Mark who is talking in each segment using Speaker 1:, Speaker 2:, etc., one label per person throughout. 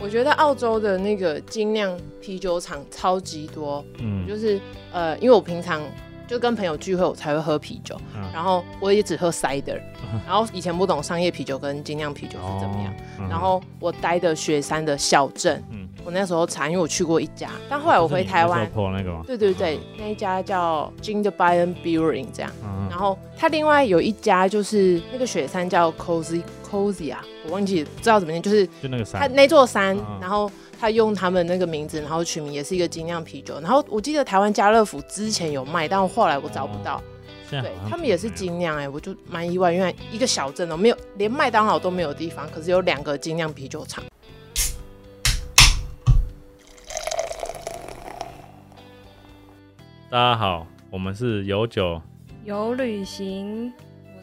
Speaker 1: 我觉得澳洲的那个精酿啤酒厂超级多，
Speaker 2: 嗯，
Speaker 1: 就是呃，因为我平常就跟朋友聚会，我才会喝啤酒，
Speaker 2: 嗯
Speaker 1: 然后我也只喝 cider，、然后以前不懂商业啤酒跟精酿啤酒是怎么样，
Speaker 2: 嗯
Speaker 1: 然后我待的雪山的小镇，
Speaker 2: 嗯
Speaker 1: 我那时候查，因为我去过一家，但后来我回台湾，
Speaker 2: 破那个吗？
Speaker 1: 对对对，那一家叫 Gin the b i o n Brewing 这样，
Speaker 2: 嗯
Speaker 1: 然后它另外有一家就是那个雪山叫 Cozy Cozy 啊，我忘记不知道怎么念，就是
Speaker 2: 就那个
Speaker 1: 它
Speaker 2: 山，
Speaker 1: 那座山
Speaker 2: 嗯，
Speaker 1: 然后他用他们那个名字，然后取名也是一个精酿啤酒。然后我记得台湾家乐福之前有卖，但我后来我找不到。
Speaker 2: 现在
Speaker 1: 对
Speaker 2: 好像
Speaker 1: 他们也是精酿哎、我就蛮意外，因为一个小镇哦，没有连麦当劳都没有地方，可是有两个精酿啤酒厂。
Speaker 2: 大家好，我们是有酒，
Speaker 3: 有旅行，我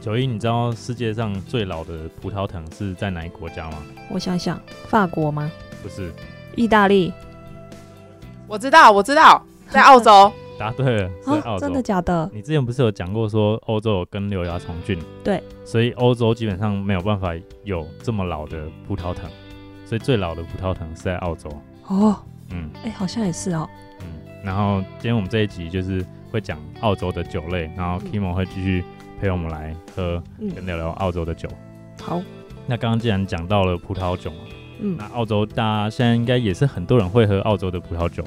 Speaker 2: 九一，你知道世界上最老的葡萄藤是在哪一国家吗？
Speaker 3: 我想想，法国吗？
Speaker 2: 不是，
Speaker 3: 意大利？
Speaker 1: 我知道，我知道，在澳洲。
Speaker 2: 答对了，是澳洲。
Speaker 3: 哦真的假的？
Speaker 2: 你之前不是有讲过说欧洲有根瘤蚜虫菌？
Speaker 3: 对，
Speaker 2: 所以欧洲基本上没有办法有这么老的葡萄藤，所以最老的葡萄藤是在澳洲。
Speaker 3: 哦，
Speaker 2: 嗯
Speaker 3: 哎、好像也是哦。
Speaker 2: 嗯。然后今天我们这一集就是会讲澳洲的酒类，然后
Speaker 3: 嗯
Speaker 2: Kimo 会继续陪我们来喝跟
Speaker 3: 嗯，
Speaker 2: 聊聊澳洲的酒。
Speaker 3: 好，
Speaker 2: 那刚刚既然讲到了葡萄酒嘛，
Speaker 3: 嗯
Speaker 2: 那，澳洲大家现在应该也是很多人会喝澳洲的葡萄酒，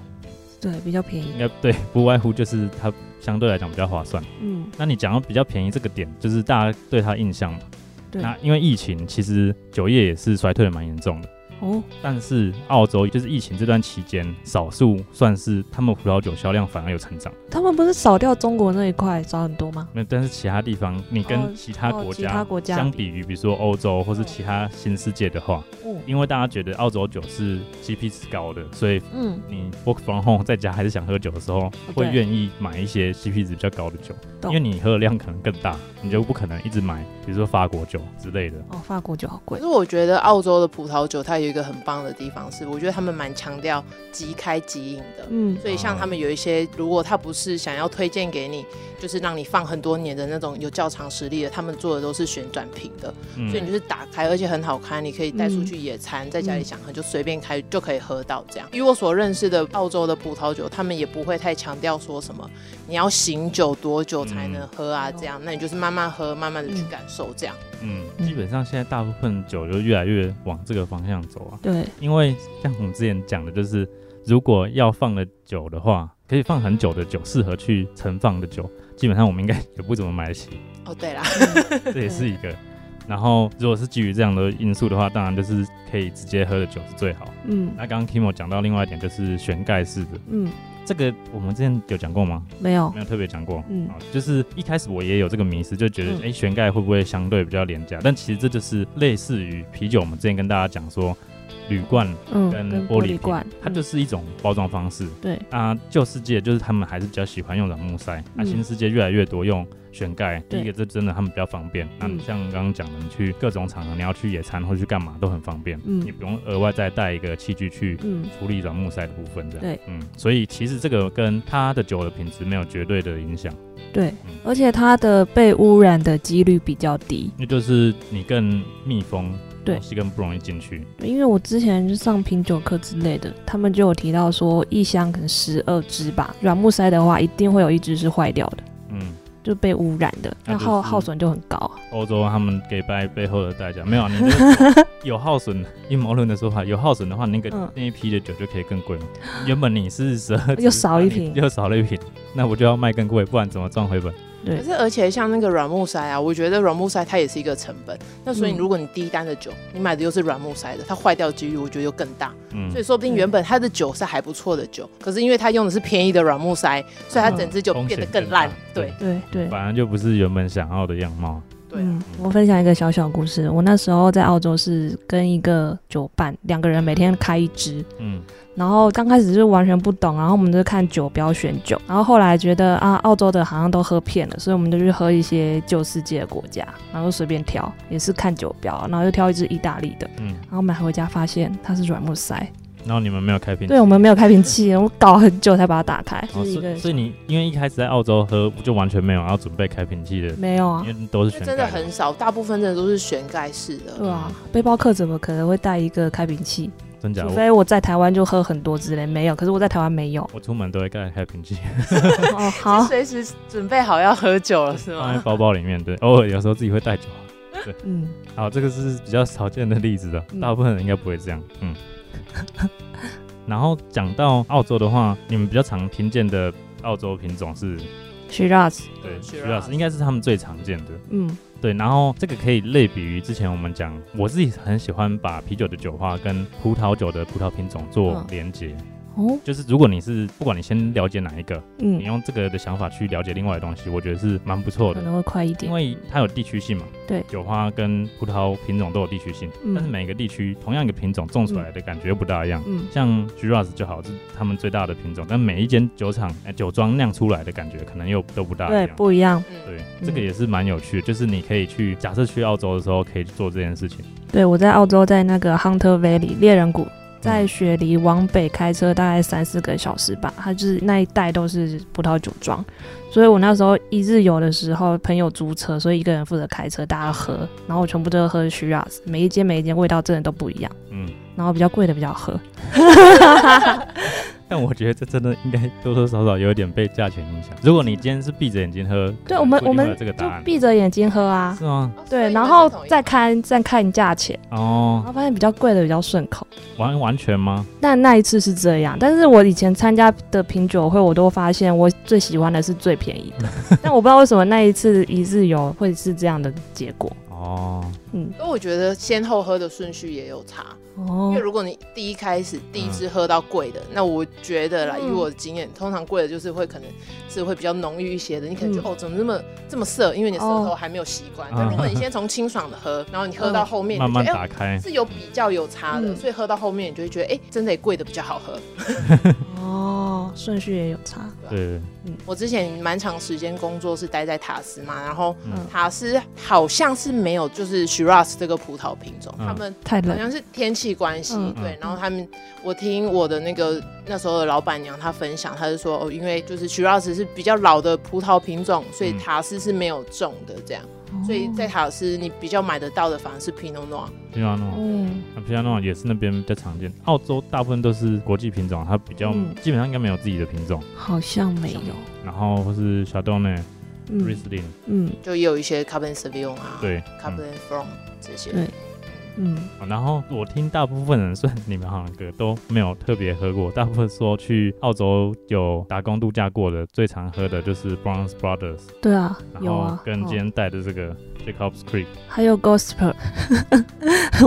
Speaker 3: 对，比较便
Speaker 2: 应
Speaker 3: 宜。
Speaker 2: 该对，不外乎就是它相对来讲比较划算。
Speaker 3: 嗯，
Speaker 2: 那你讲到比较便宜这个点，就是大家对它的印象嘛。
Speaker 3: 对
Speaker 2: 那因为疫情，其实酒业也是衰退的蛮严重的。
Speaker 3: 哦，
Speaker 2: 但是澳洲就是疫情这段期间，少数算是他们葡萄酒销量反而有成长。
Speaker 3: 他们不是少掉中国那一块，少很多吗？
Speaker 2: 那但是其他地方，你
Speaker 3: 哦
Speaker 2: 跟其他
Speaker 3: 哦
Speaker 2: 国
Speaker 3: 其
Speaker 2: 家,、
Speaker 3: 他国家
Speaker 2: 相
Speaker 3: 比
Speaker 2: 比于，比如说欧洲或是其他新世界的话，
Speaker 3: 哦，
Speaker 2: 因为大家觉得澳洲酒是 GP 值高的，所以
Speaker 3: 嗯，
Speaker 2: 你 work from home 在家还是想喝酒的时候，会
Speaker 3: 对
Speaker 2: 愿意买一些 CP 值比较高的酒，因
Speaker 3: 懂
Speaker 2: 为你喝的量可能更大，你就不可能一直买，比如说法国酒之类的。
Speaker 3: 哦，法国就好
Speaker 1: 可
Speaker 3: 贵
Speaker 1: 是。我觉得澳洲的葡萄酒它有一个很棒的地方是，我觉得他们蛮强调即开即饮的。
Speaker 3: 嗯，
Speaker 1: 所以像他们有一些，如果他不是想要推荐给你，就是让你放很多年的那种有较长实力的，他们做的都是旋转瓶的，
Speaker 2: 嗯
Speaker 1: 所以你就是打开，而且很好看，你可以带出
Speaker 3: 嗯
Speaker 1: 去野餐，在家里想喝就随便开就可以喝到这样。以我所认识的澳洲的葡萄酒，他们也不会太强调说什么你要醒酒多久才能喝啊
Speaker 3: 嗯
Speaker 1: 这样，那你就是慢慢喝，慢慢的去
Speaker 3: 嗯
Speaker 1: 感受这样。
Speaker 2: 嗯，
Speaker 3: 嗯
Speaker 2: 基本上现在大部分酒就越来越往这个方向走啊，
Speaker 3: 对，
Speaker 2: 因为像我们之前讲的，就是如果要放的酒的话，可以放很久的酒，适合去存放的酒，基本上我们应该也不怎么买得起，
Speaker 1: 哦，对啦，
Speaker 3: 嗯
Speaker 2: 这也是一个。然后，如果是基于这样的因素的话，当然就是可以直接喝的酒是最好。
Speaker 3: 嗯
Speaker 2: 那刚刚 Kimo 讲到另外一点，就是悬盖式的，
Speaker 3: 嗯，
Speaker 2: 这个我们之前有讲过吗？
Speaker 3: 没有
Speaker 2: 没，有特别讲过。
Speaker 3: 哦嗯
Speaker 2: 啊，就是一开始我也有这个迷思，就觉得哎、
Speaker 3: 嗯
Speaker 2: 诶悬盖会不会相对比较廉价？但其实这就是类似于啤酒，我们之前跟大家讲说，铝罐
Speaker 3: 嗯，
Speaker 2: 跟
Speaker 3: 跟
Speaker 2: 玻
Speaker 3: 玻
Speaker 2: 璃
Speaker 3: 璃
Speaker 2: 罐
Speaker 3: 罐，，嗯
Speaker 2: 它就是是一种包装方式
Speaker 3: 对，
Speaker 2: 啊。旧世界就是他们还是比较喜欢用软木塞，那、
Speaker 3: 嗯
Speaker 2: 新世界越来越多用悬盖。第
Speaker 3: 对
Speaker 2: 一个，这真的他们比较方便。那、
Speaker 3: 嗯
Speaker 2: 像刚刚讲的，你去各种场合，你要去野餐或去干嘛都很方便，
Speaker 3: 嗯
Speaker 2: 你不用额外再带一个器具去
Speaker 3: 嗯，
Speaker 2: 处理软木塞的部分，这样。
Speaker 3: 对，
Speaker 2: 嗯，所以其实这个跟它的酒的品质没有绝对的影响，
Speaker 3: 对
Speaker 2: 嗯，
Speaker 3: 而且它的被污染的几率比较低。
Speaker 2: 那就是你更密封，
Speaker 3: 对
Speaker 2: 东西更不容易进去。
Speaker 3: 因为我之前就上品酒课之类的，他们就有提到说，一箱可能十二支吧，软木塞的话，一定会有一只是坏掉的，
Speaker 2: 嗯，
Speaker 3: 就被污染的，
Speaker 2: 那
Speaker 3: 那
Speaker 2: 就是
Speaker 3: 耗耗损就很高啊。
Speaker 2: 欧洲他们给拜背后的代价 没有、啊，你就是有耗损，阴谋论的说法，有耗损的话，那个、
Speaker 3: 嗯
Speaker 2: 那一批的酒就可以更贵嘛。原本你是十二，
Speaker 3: 又少一瓶
Speaker 2: 啊你 又少了一瓶，那我就要卖更贵，不然怎么赚回本？
Speaker 3: 对
Speaker 1: 可是，而且像那个软木塞啊，我觉得软木塞它也是一个成本。那所以，
Speaker 3: 嗯
Speaker 1: 如果你第一单的酒，你买的又是软木塞的，它坏掉的几率我觉得又更大。
Speaker 2: 嗯，
Speaker 1: 所以，说不定原本它的酒是还不错的酒，可是因为它用的是便宜的软木塞，所以它整支就
Speaker 2: 嗯
Speaker 1: 变得
Speaker 2: 风险
Speaker 1: 更烂
Speaker 2: 大。
Speaker 1: 对
Speaker 3: 对对
Speaker 2: 反而就不是原本想要的样貌。
Speaker 1: 对啊
Speaker 3: 嗯，我分享一个小小故事。我那时候在澳洲是跟一个酒伴，两个人每天开一支，
Speaker 2: 嗯，
Speaker 3: 然后刚开始是完全不懂，然后我们就看酒标选酒，然后后来觉得啊，澳洲的好像都喝遍了，所以我们就去喝一些旧世界的国家，然后就随便挑，也是看酒标，然后就挑一支意大利的，
Speaker 2: 嗯，
Speaker 3: 然后买回家发现它是软木塞，
Speaker 2: 然后你们没有开瓶器，
Speaker 3: 对我们没有开瓶器，我搞很久才把它打开，
Speaker 2: 哦，
Speaker 3: 是一个
Speaker 2: 所以所以你因为一开始在澳洲喝就完全没有要准备开瓶器的，
Speaker 3: 没有啊
Speaker 2: 因，为都
Speaker 1: 因
Speaker 2: 是全
Speaker 1: 为
Speaker 2: 盖
Speaker 1: 真的很少，大部分真的都是悬盖式的。
Speaker 3: 对啊，背包客怎么可能会带一个开瓶器？
Speaker 2: 真假
Speaker 3: 除
Speaker 2: 我
Speaker 3: 非我在台湾就喝很多之类，没有。可是我在台湾
Speaker 2: 。
Speaker 3: 没有
Speaker 2: 我出门都会盖开瓶器，
Speaker 3: 哦，好，
Speaker 1: 随时准备好要喝酒了，是
Speaker 2: 放在
Speaker 1: 吗？
Speaker 2: 包包里面， 对，偶尔有时候自己会带酒。啊
Speaker 3: 嗯，
Speaker 2: 好，这个是比较少见的例子的，
Speaker 3: 嗯
Speaker 2: 大部分人应该不会这样。嗯。 然后讲到澳洲的话，你们比较常听见的澳洲品种是，
Speaker 3: s h i r a z
Speaker 2: 对，
Speaker 1: 嗯 Shiraz
Speaker 2: 徐老师应该是他们最常见的。
Speaker 3: 嗯
Speaker 2: 对，然后这个可以类比于之前我们讲，我自己很喜欢把啤酒的酒花跟葡萄酒的葡萄品种做
Speaker 3: 嗯
Speaker 2: 连接，
Speaker 3: 哦，
Speaker 2: 就是如果你是不管你先了解哪一个，你
Speaker 3: 嗯，
Speaker 2: 用这个的想法去了解另外的东西，我觉得是蛮不错
Speaker 3: 可
Speaker 2: 的。
Speaker 3: 能会快一
Speaker 2: 因
Speaker 3: 点。
Speaker 2: 为它有地区性嘛，
Speaker 3: 嗯对
Speaker 2: 酒花跟葡萄品种都有地区性，
Speaker 3: 嗯
Speaker 2: 但是每个地区同样一个品种种出来的感觉又不大一样。
Speaker 3: 嗯
Speaker 2: 像 Shiraz 就好，是他们最大的品种，但每一间酒厂、哎酒庄酿出来的感觉可能又都不大一
Speaker 3: 对，
Speaker 2: 样。
Speaker 3: 不一样。
Speaker 1: 嗯，
Speaker 2: 对，这个也是蛮有趣的，就是你可以去，假设去澳洲的时候可以做这件事情。
Speaker 3: 对我在澳洲，在那个 Hunter Valley 猎人谷，在雪梨往北开车大概三四个小时吧，它就是那一带都是葡萄酒庄，所以我那时候一日游的时候，朋友租车，所以一个人负责开车，大家喝，然后我全部都喝 Shiraz，每一间每一间味道真的都不一样，
Speaker 2: 嗯，
Speaker 3: 然后比较贵的比较喝。
Speaker 2: 但我觉得这真的应该多多少少有一点被价钱影响。如果你今天是闭着眼睛喝，
Speaker 3: 对
Speaker 2: 可能
Speaker 3: 我们
Speaker 2: 不一
Speaker 3: 我
Speaker 2: 定会
Speaker 3: 们
Speaker 2: 有这个
Speaker 3: 就
Speaker 2: 答案
Speaker 3: 闭着眼睛喝啊，
Speaker 2: 是吗？
Speaker 1: 哦所以
Speaker 3: 对，
Speaker 1: 你们
Speaker 3: 然后
Speaker 1: 是同一
Speaker 3: 再
Speaker 1: 个
Speaker 3: 看再看价钱，然
Speaker 2: 哦，
Speaker 3: 后发现比较贵的比较顺口。
Speaker 2: 完完全吗？
Speaker 3: 但那一次是这样，但是我以前参加的品酒会，我都发现我最喜欢的是最便宜的。 但我不知道为什么那一次一日游会是这样的结果。嗯
Speaker 2: 哦，
Speaker 1: 所以我觉得先后喝的顺序也有差，因
Speaker 3: 哦
Speaker 1: 为，如果你第一开始第一支喝到贵的，那我觉得啦，
Speaker 3: 嗯
Speaker 1: 以我的经验，通常贵的就是会可能是会比较浓郁一些的，你可能就、
Speaker 3: 嗯
Speaker 1: 哦怎么这么这么涩，因为你的舌头
Speaker 3: 哦
Speaker 1: 还没有习惯。
Speaker 2: 啊
Speaker 1: 那、如果你先从清爽的喝，然后你喝到后面，
Speaker 2: 慢慢
Speaker 1: 你就觉得哎
Speaker 2: 打开。
Speaker 3: 哦
Speaker 1: 是有比较有差的，
Speaker 3: 嗯
Speaker 1: 所以喝到后面你就会觉得哎、真的也贵的比较好喝。
Speaker 3: 哦，顺序也有差。
Speaker 2: 对，
Speaker 1: 我之前蛮长时间工作是待在塔斯嘛，然后
Speaker 2: 嗯
Speaker 1: 塔斯好像是没有就是 Shiraz 这个葡萄品种，
Speaker 2: 嗯
Speaker 1: 他们
Speaker 3: 太
Speaker 1: 好
Speaker 3: 冷，
Speaker 1: 像是天气关系，
Speaker 3: 嗯
Speaker 1: 对
Speaker 2: 嗯。
Speaker 1: 然后他们，我听我的那个那时候的老板娘她分享，她就说哦，因为就是徐老师是比较老的葡萄品种，所以
Speaker 2: 嗯
Speaker 1: 塔斯是没有种的这样，
Speaker 3: 哦
Speaker 1: 所以在塔斯你比较买得到的反而是 Pinot Noir。
Speaker 2: 皮亚诺，
Speaker 3: 嗯
Speaker 2: 那皮亚诺也是那边比较常见。澳洲大部分都是国际品种，它比较
Speaker 3: 嗯
Speaker 2: 基本上应该没有自己的品种。
Speaker 3: 好像没有。
Speaker 2: 然后或是小豆呢、
Speaker 3: 嗯
Speaker 2: Riesling，
Speaker 3: 嗯
Speaker 1: 就也有一些 Cabernet Sauvignon 啊，
Speaker 2: 对，嗯
Speaker 1: Cabernet Franc 这些。
Speaker 3: 对嗯，
Speaker 2: 哦然后我听大部分人，虽然你们好像个都没有特别喝过，大部分说去澳洲有打工度假过的，最常喝的就是 Brown's Brothers，
Speaker 3: 对啊，
Speaker 2: 然
Speaker 3: 有
Speaker 2: 后
Speaker 3: 啊。
Speaker 2: 跟
Speaker 3: 哦
Speaker 2: 今天带的这个 Jacobs Creek，
Speaker 3: 还有 Gosper，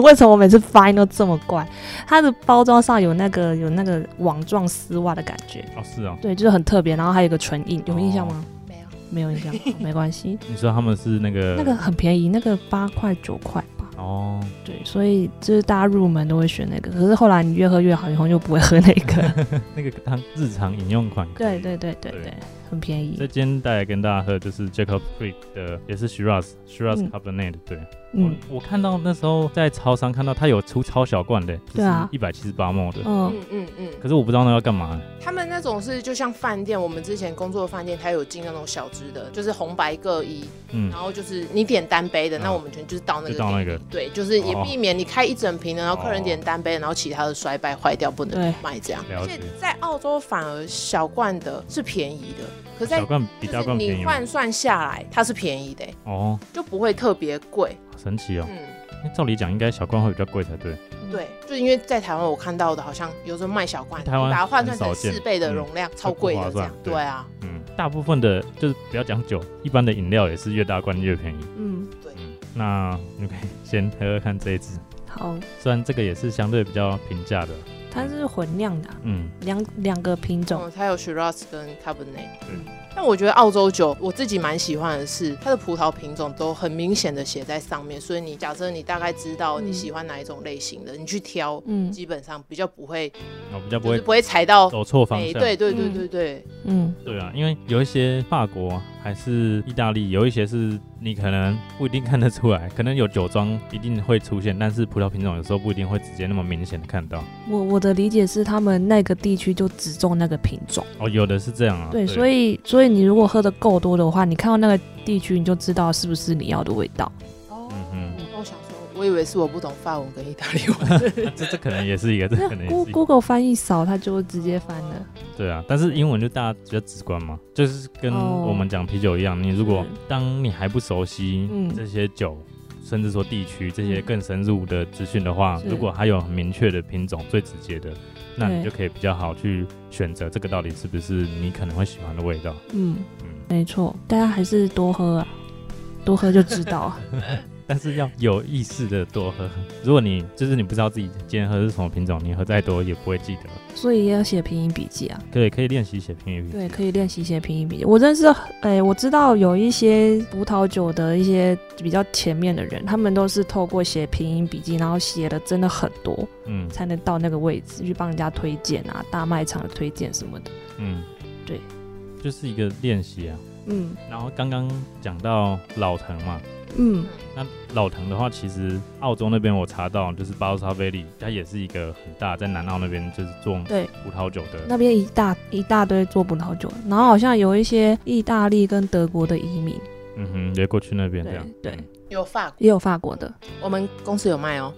Speaker 3: 为什么我每次发音都这么怪？它的包装上有那个有那个网状丝袜的感觉，
Speaker 2: 哦是哦，
Speaker 3: 对，就是很特别。然后还有一个唇印，有印象吗？
Speaker 1: 没有。
Speaker 3: 没有印象，好没关 系。
Speaker 2: 你说他们是那个
Speaker 3: 那个很便宜，那个八块九块吧。
Speaker 2: 哦，
Speaker 3: 对，所以就是大家入门都会选那个，可是后来你越喝越好，以后就不会喝那个。
Speaker 2: 那个当日常饮用款，
Speaker 3: 对。对对对
Speaker 2: 对
Speaker 3: 对，很便宜
Speaker 2: 所以。今天带来跟大家喝的就是 Jacobs Creek 的，也是 Shiraz Shiraz
Speaker 3: 嗯
Speaker 2: Cabernet，、对。
Speaker 3: 嗯
Speaker 2: 我我看到那时候在超商看到它有出超小罐的，
Speaker 3: 对啊
Speaker 2: 一百七十八 ml 的，
Speaker 3: 嗯
Speaker 1: 嗯嗯嗯，
Speaker 2: 可是我不知道那要干嘛。
Speaker 1: 他们那种是就像饭店，我们之前工作的饭店，它有进那种小支的，就是红白各一，
Speaker 2: 嗯
Speaker 1: 然，后就是你点单杯的，
Speaker 2: 嗯
Speaker 1: 那我们全就是倒那个
Speaker 2: 就倒那
Speaker 1: 给你
Speaker 2: 个
Speaker 1: 对，就是也
Speaker 2: 哦
Speaker 1: 避免你开一整瓶的，然后客人
Speaker 2: 哦
Speaker 1: 点单杯，然后其他的衰败坏掉不能
Speaker 3: 对
Speaker 1: 卖这样。
Speaker 2: 了
Speaker 1: 而
Speaker 2: 解
Speaker 1: 且在澳洲反而小罐的是便宜的，可是在
Speaker 2: 小罐比大
Speaker 1: 就是
Speaker 2: 罐便宜
Speaker 1: 你
Speaker 2: 吗？
Speaker 1: 换算下来它是便宜的、
Speaker 2: 哦，
Speaker 1: 就不会特别贵。
Speaker 2: 好神奇哦。
Speaker 1: 嗯，
Speaker 2: 那照理讲，应该小罐会比较贵才对。
Speaker 1: 对，就因为在台湾我看到的好像有时候卖小罐，
Speaker 2: 台湾
Speaker 1: 你把它换算成
Speaker 2: 很少见嗯
Speaker 1: 四倍的容量，超贵的这样
Speaker 2: 不划算。对
Speaker 1: 对啊，
Speaker 2: 嗯，大部分的就是不要讲酒，一般的饮料也是越大罐越便宜。
Speaker 3: 嗯，
Speaker 2: 嗯，那你可以 先喝喝看这一支，
Speaker 3: 好，
Speaker 2: 虽然这个也是相对比较平价的。
Speaker 3: 它是混酿的啊，
Speaker 2: 嗯，
Speaker 3: 两两个品种。
Speaker 1: 嗯，它有 Shiraz 跟 Cabernet。
Speaker 2: 对
Speaker 1: 但我觉得澳洲酒我自己蛮喜欢的是，它的葡萄品种都很明显的写在上面，所以你假设你大概知道你喜欢哪一种类型的，你去挑，
Speaker 3: 嗯
Speaker 1: 基本上比较不会，
Speaker 2: 我哦比较不
Speaker 1: 就是
Speaker 2: 会
Speaker 1: 不会踩到
Speaker 2: 走错方
Speaker 1: 哎，
Speaker 2: 向。
Speaker 1: 对对对
Speaker 3: 嗯
Speaker 1: 对对，
Speaker 3: 嗯，
Speaker 2: 对啊，因为有一些法国还是意大利，有一些是你可能不一定看得出来，可能有酒庄一定会出现，但是葡萄品种有时候不一定会直接那么明显的看到。
Speaker 3: 我我的理解是，他们那个地区就只种那个品种。
Speaker 2: 哦，有的是这样啊。
Speaker 3: 对，所以所以你如果喝的够多的话，你看到那个地区你就知道是不是你要的味道。
Speaker 1: 哦
Speaker 2: 嗯哼，
Speaker 1: 我想说，我以为是我不懂法文跟意大利文，
Speaker 2: 那这这可能也是一个，这
Speaker 3: 那
Speaker 2: 可能也
Speaker 3: Go-
Speaker 2: 是一个。
Speaker 3: Google 翻译扫，它就会直接翻了。
Speaker 2: 对啊，但是英文就大家比较直观嘛，就是跟
Speaker 3: 哦
Speaker 2: 我们讲啤酒一样，你如果
Speaker 3: 是
Speaker 2: 当你还不熟悉
Speaker 3: 嗯
Speaker 2: 这些酒。甚至说地区这些
Speaker 3: 嗯
Speaker 2: 更深入的资讯的话，
Speaker 3: 是
Speaker 2: 如果还有很明确的品种最直接的，那你
Speaker 3: 对
Speaker 2: 就可以比较好去选择这个到底是不是你可能会喜欢的味道。
Speaker 3: 嗯，
Speaker 2: 嗯，
Speaker 3: 没错，大家还是多喝啊，多喝就知道 啊。
Speaker 2: 但是要有意识的多喝。如果你就是你不知道自己今天喝的是什么品种，你喝再多也不会记得。
Speaker 3: 所以也要写拼音笔记啊。
Speaker 2: 对，可以练习写拼音。
Speaker 3: 对，可以练习一些拼音笔记。我认识，哎、我知道有一些葡萄酒的一些比较前面的人，他们都是透过写拼音笔记，然后写的真的很多，
Speaker 2: 嗯
Speaker 3: 才能到那个位置去帮人家推荐啊，大卖场的推荐什么的。
Speaker 2: 嗯，
Speaker 3: 对，
Speaker 2: 就是一个练习啊。
Speaker 3: 嗯
Speaker 2: 然后刚刚讲到老藤嘛，
Speaker 3: 嗯
Speaker 2: 那老藤的话，其实澳洲那边我查到，就是巴罗沙贝利，它也是一个很大，在南澳那边就是种
Speaker 3: 对
Speaker 2: 葡萄酒的。
Speaker 3: 那边一大一大堆做葡萄酒，然后好像有一些意大利跟德国的移民，
Speaker 2: 嗯哼，也过去那边这样。
Speaker 3: 对对
Speaker 2: 嗯
Speaker 1: 有法国，
Speaker 3: 也有法国的。
Speaker 1: 我们公司有卖哦，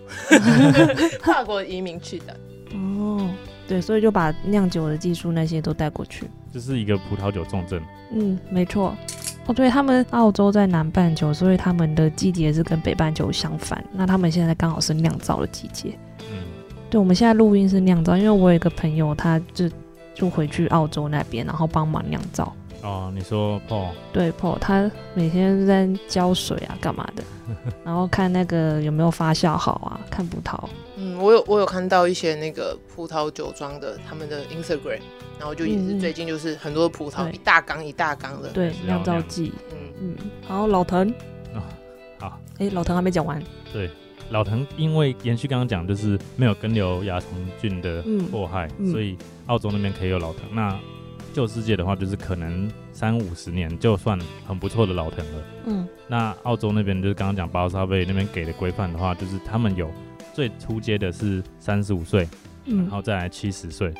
Speaker 1: 法国移民去的，
Speaker 3: 哦，对，所以就把酿酒的技术那些都带过去。
Speaker 2: 这是一个葡萄酒重镇。
Speaker 3: 嗯，没错。哦，对他们澳洲在南半球，所以他们的季节是跟北半球相反。那他们现在刚好是酿造的季节。
Speaker 2: 嗯，
Speaker 3: 对，我们现在录音是酿造，因为我有一个朋友，他就就回去澳洲那边，然后帮忙酿造。
Speaker 2: 哦，你说 Paul，
Speaker 3: 对 p o 他每天都在浇水啊，干嘛 的，然后看那个有没有发酵好啊，看葡萄。
Speaker 1: 嗯，我有我有看到一些那个葡萄酒庄的他们的 Instagram，然后就也
Speaker 3: 嗯
Speaker 1: 是
Speaker 3: 嗯
Speaker 1: 最近就是很多葡萄
Speaker 3: 对
Speaker 1: 一大缸一大缸的，
Speaker 3: 对
Speaker 2: 还，是要
Speaker 3: 酿造
Speaker 2: 酿
Speaker 3: 剂。
Speaker 1: 嗯，
Speaker 3: 嗯，好，老藤。
Speaker 2: 哦好。
Speaker 3: 哎，老藤还没讲完。
Speaker 2: 老藤因为延续刚刚讲，就是没有根瘤蚜虫菌的
Speaker 3: 嗯
Speaker 2: 祸害，
Speaker 3: 嗯
Speaker 2: 所以澳洲那边可以有老藤。那旧世界的话，就是可能三五十年就算很不错的老藤了。
Speaker 3: 嗯
Speaker 2: 那澳洲那边就是刚刚讲巴沙贝那边给的规范的话，就是他们有最初阶的是三十五岁，然
Speaker 3: 嗯，
Speaker 2: 后再来七十岁，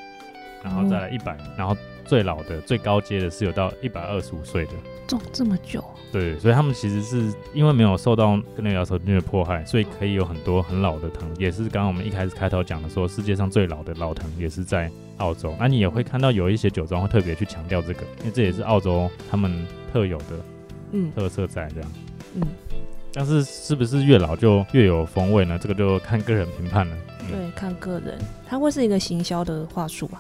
Speaker 2: 然后再来一百、然后最老的最高阶的是有到一百二十五岁的。
Speaker 3: 种哦这么久。
Speaker 2: 对，所以他们其实是因为没有受到根瘤蚜虫菌的迫害，所以可以有很多很老的藤，也是刚刚我们一开始开头讲的说，世界上最老的老藤也是在澳洲。那你也会看到有一些酒庄会特别去强调这个，因为这也是澳洲他们特有的
Speaker 3: 嗯
Speaker 2: 特色在这样。
Speaker 3: 嗯。
Speaker 2: 但是是不是越老就越有风味呢？这个就看个人评判了。嗯，
Speaker 3: 对，看个人，它会是一个行销的话术吧。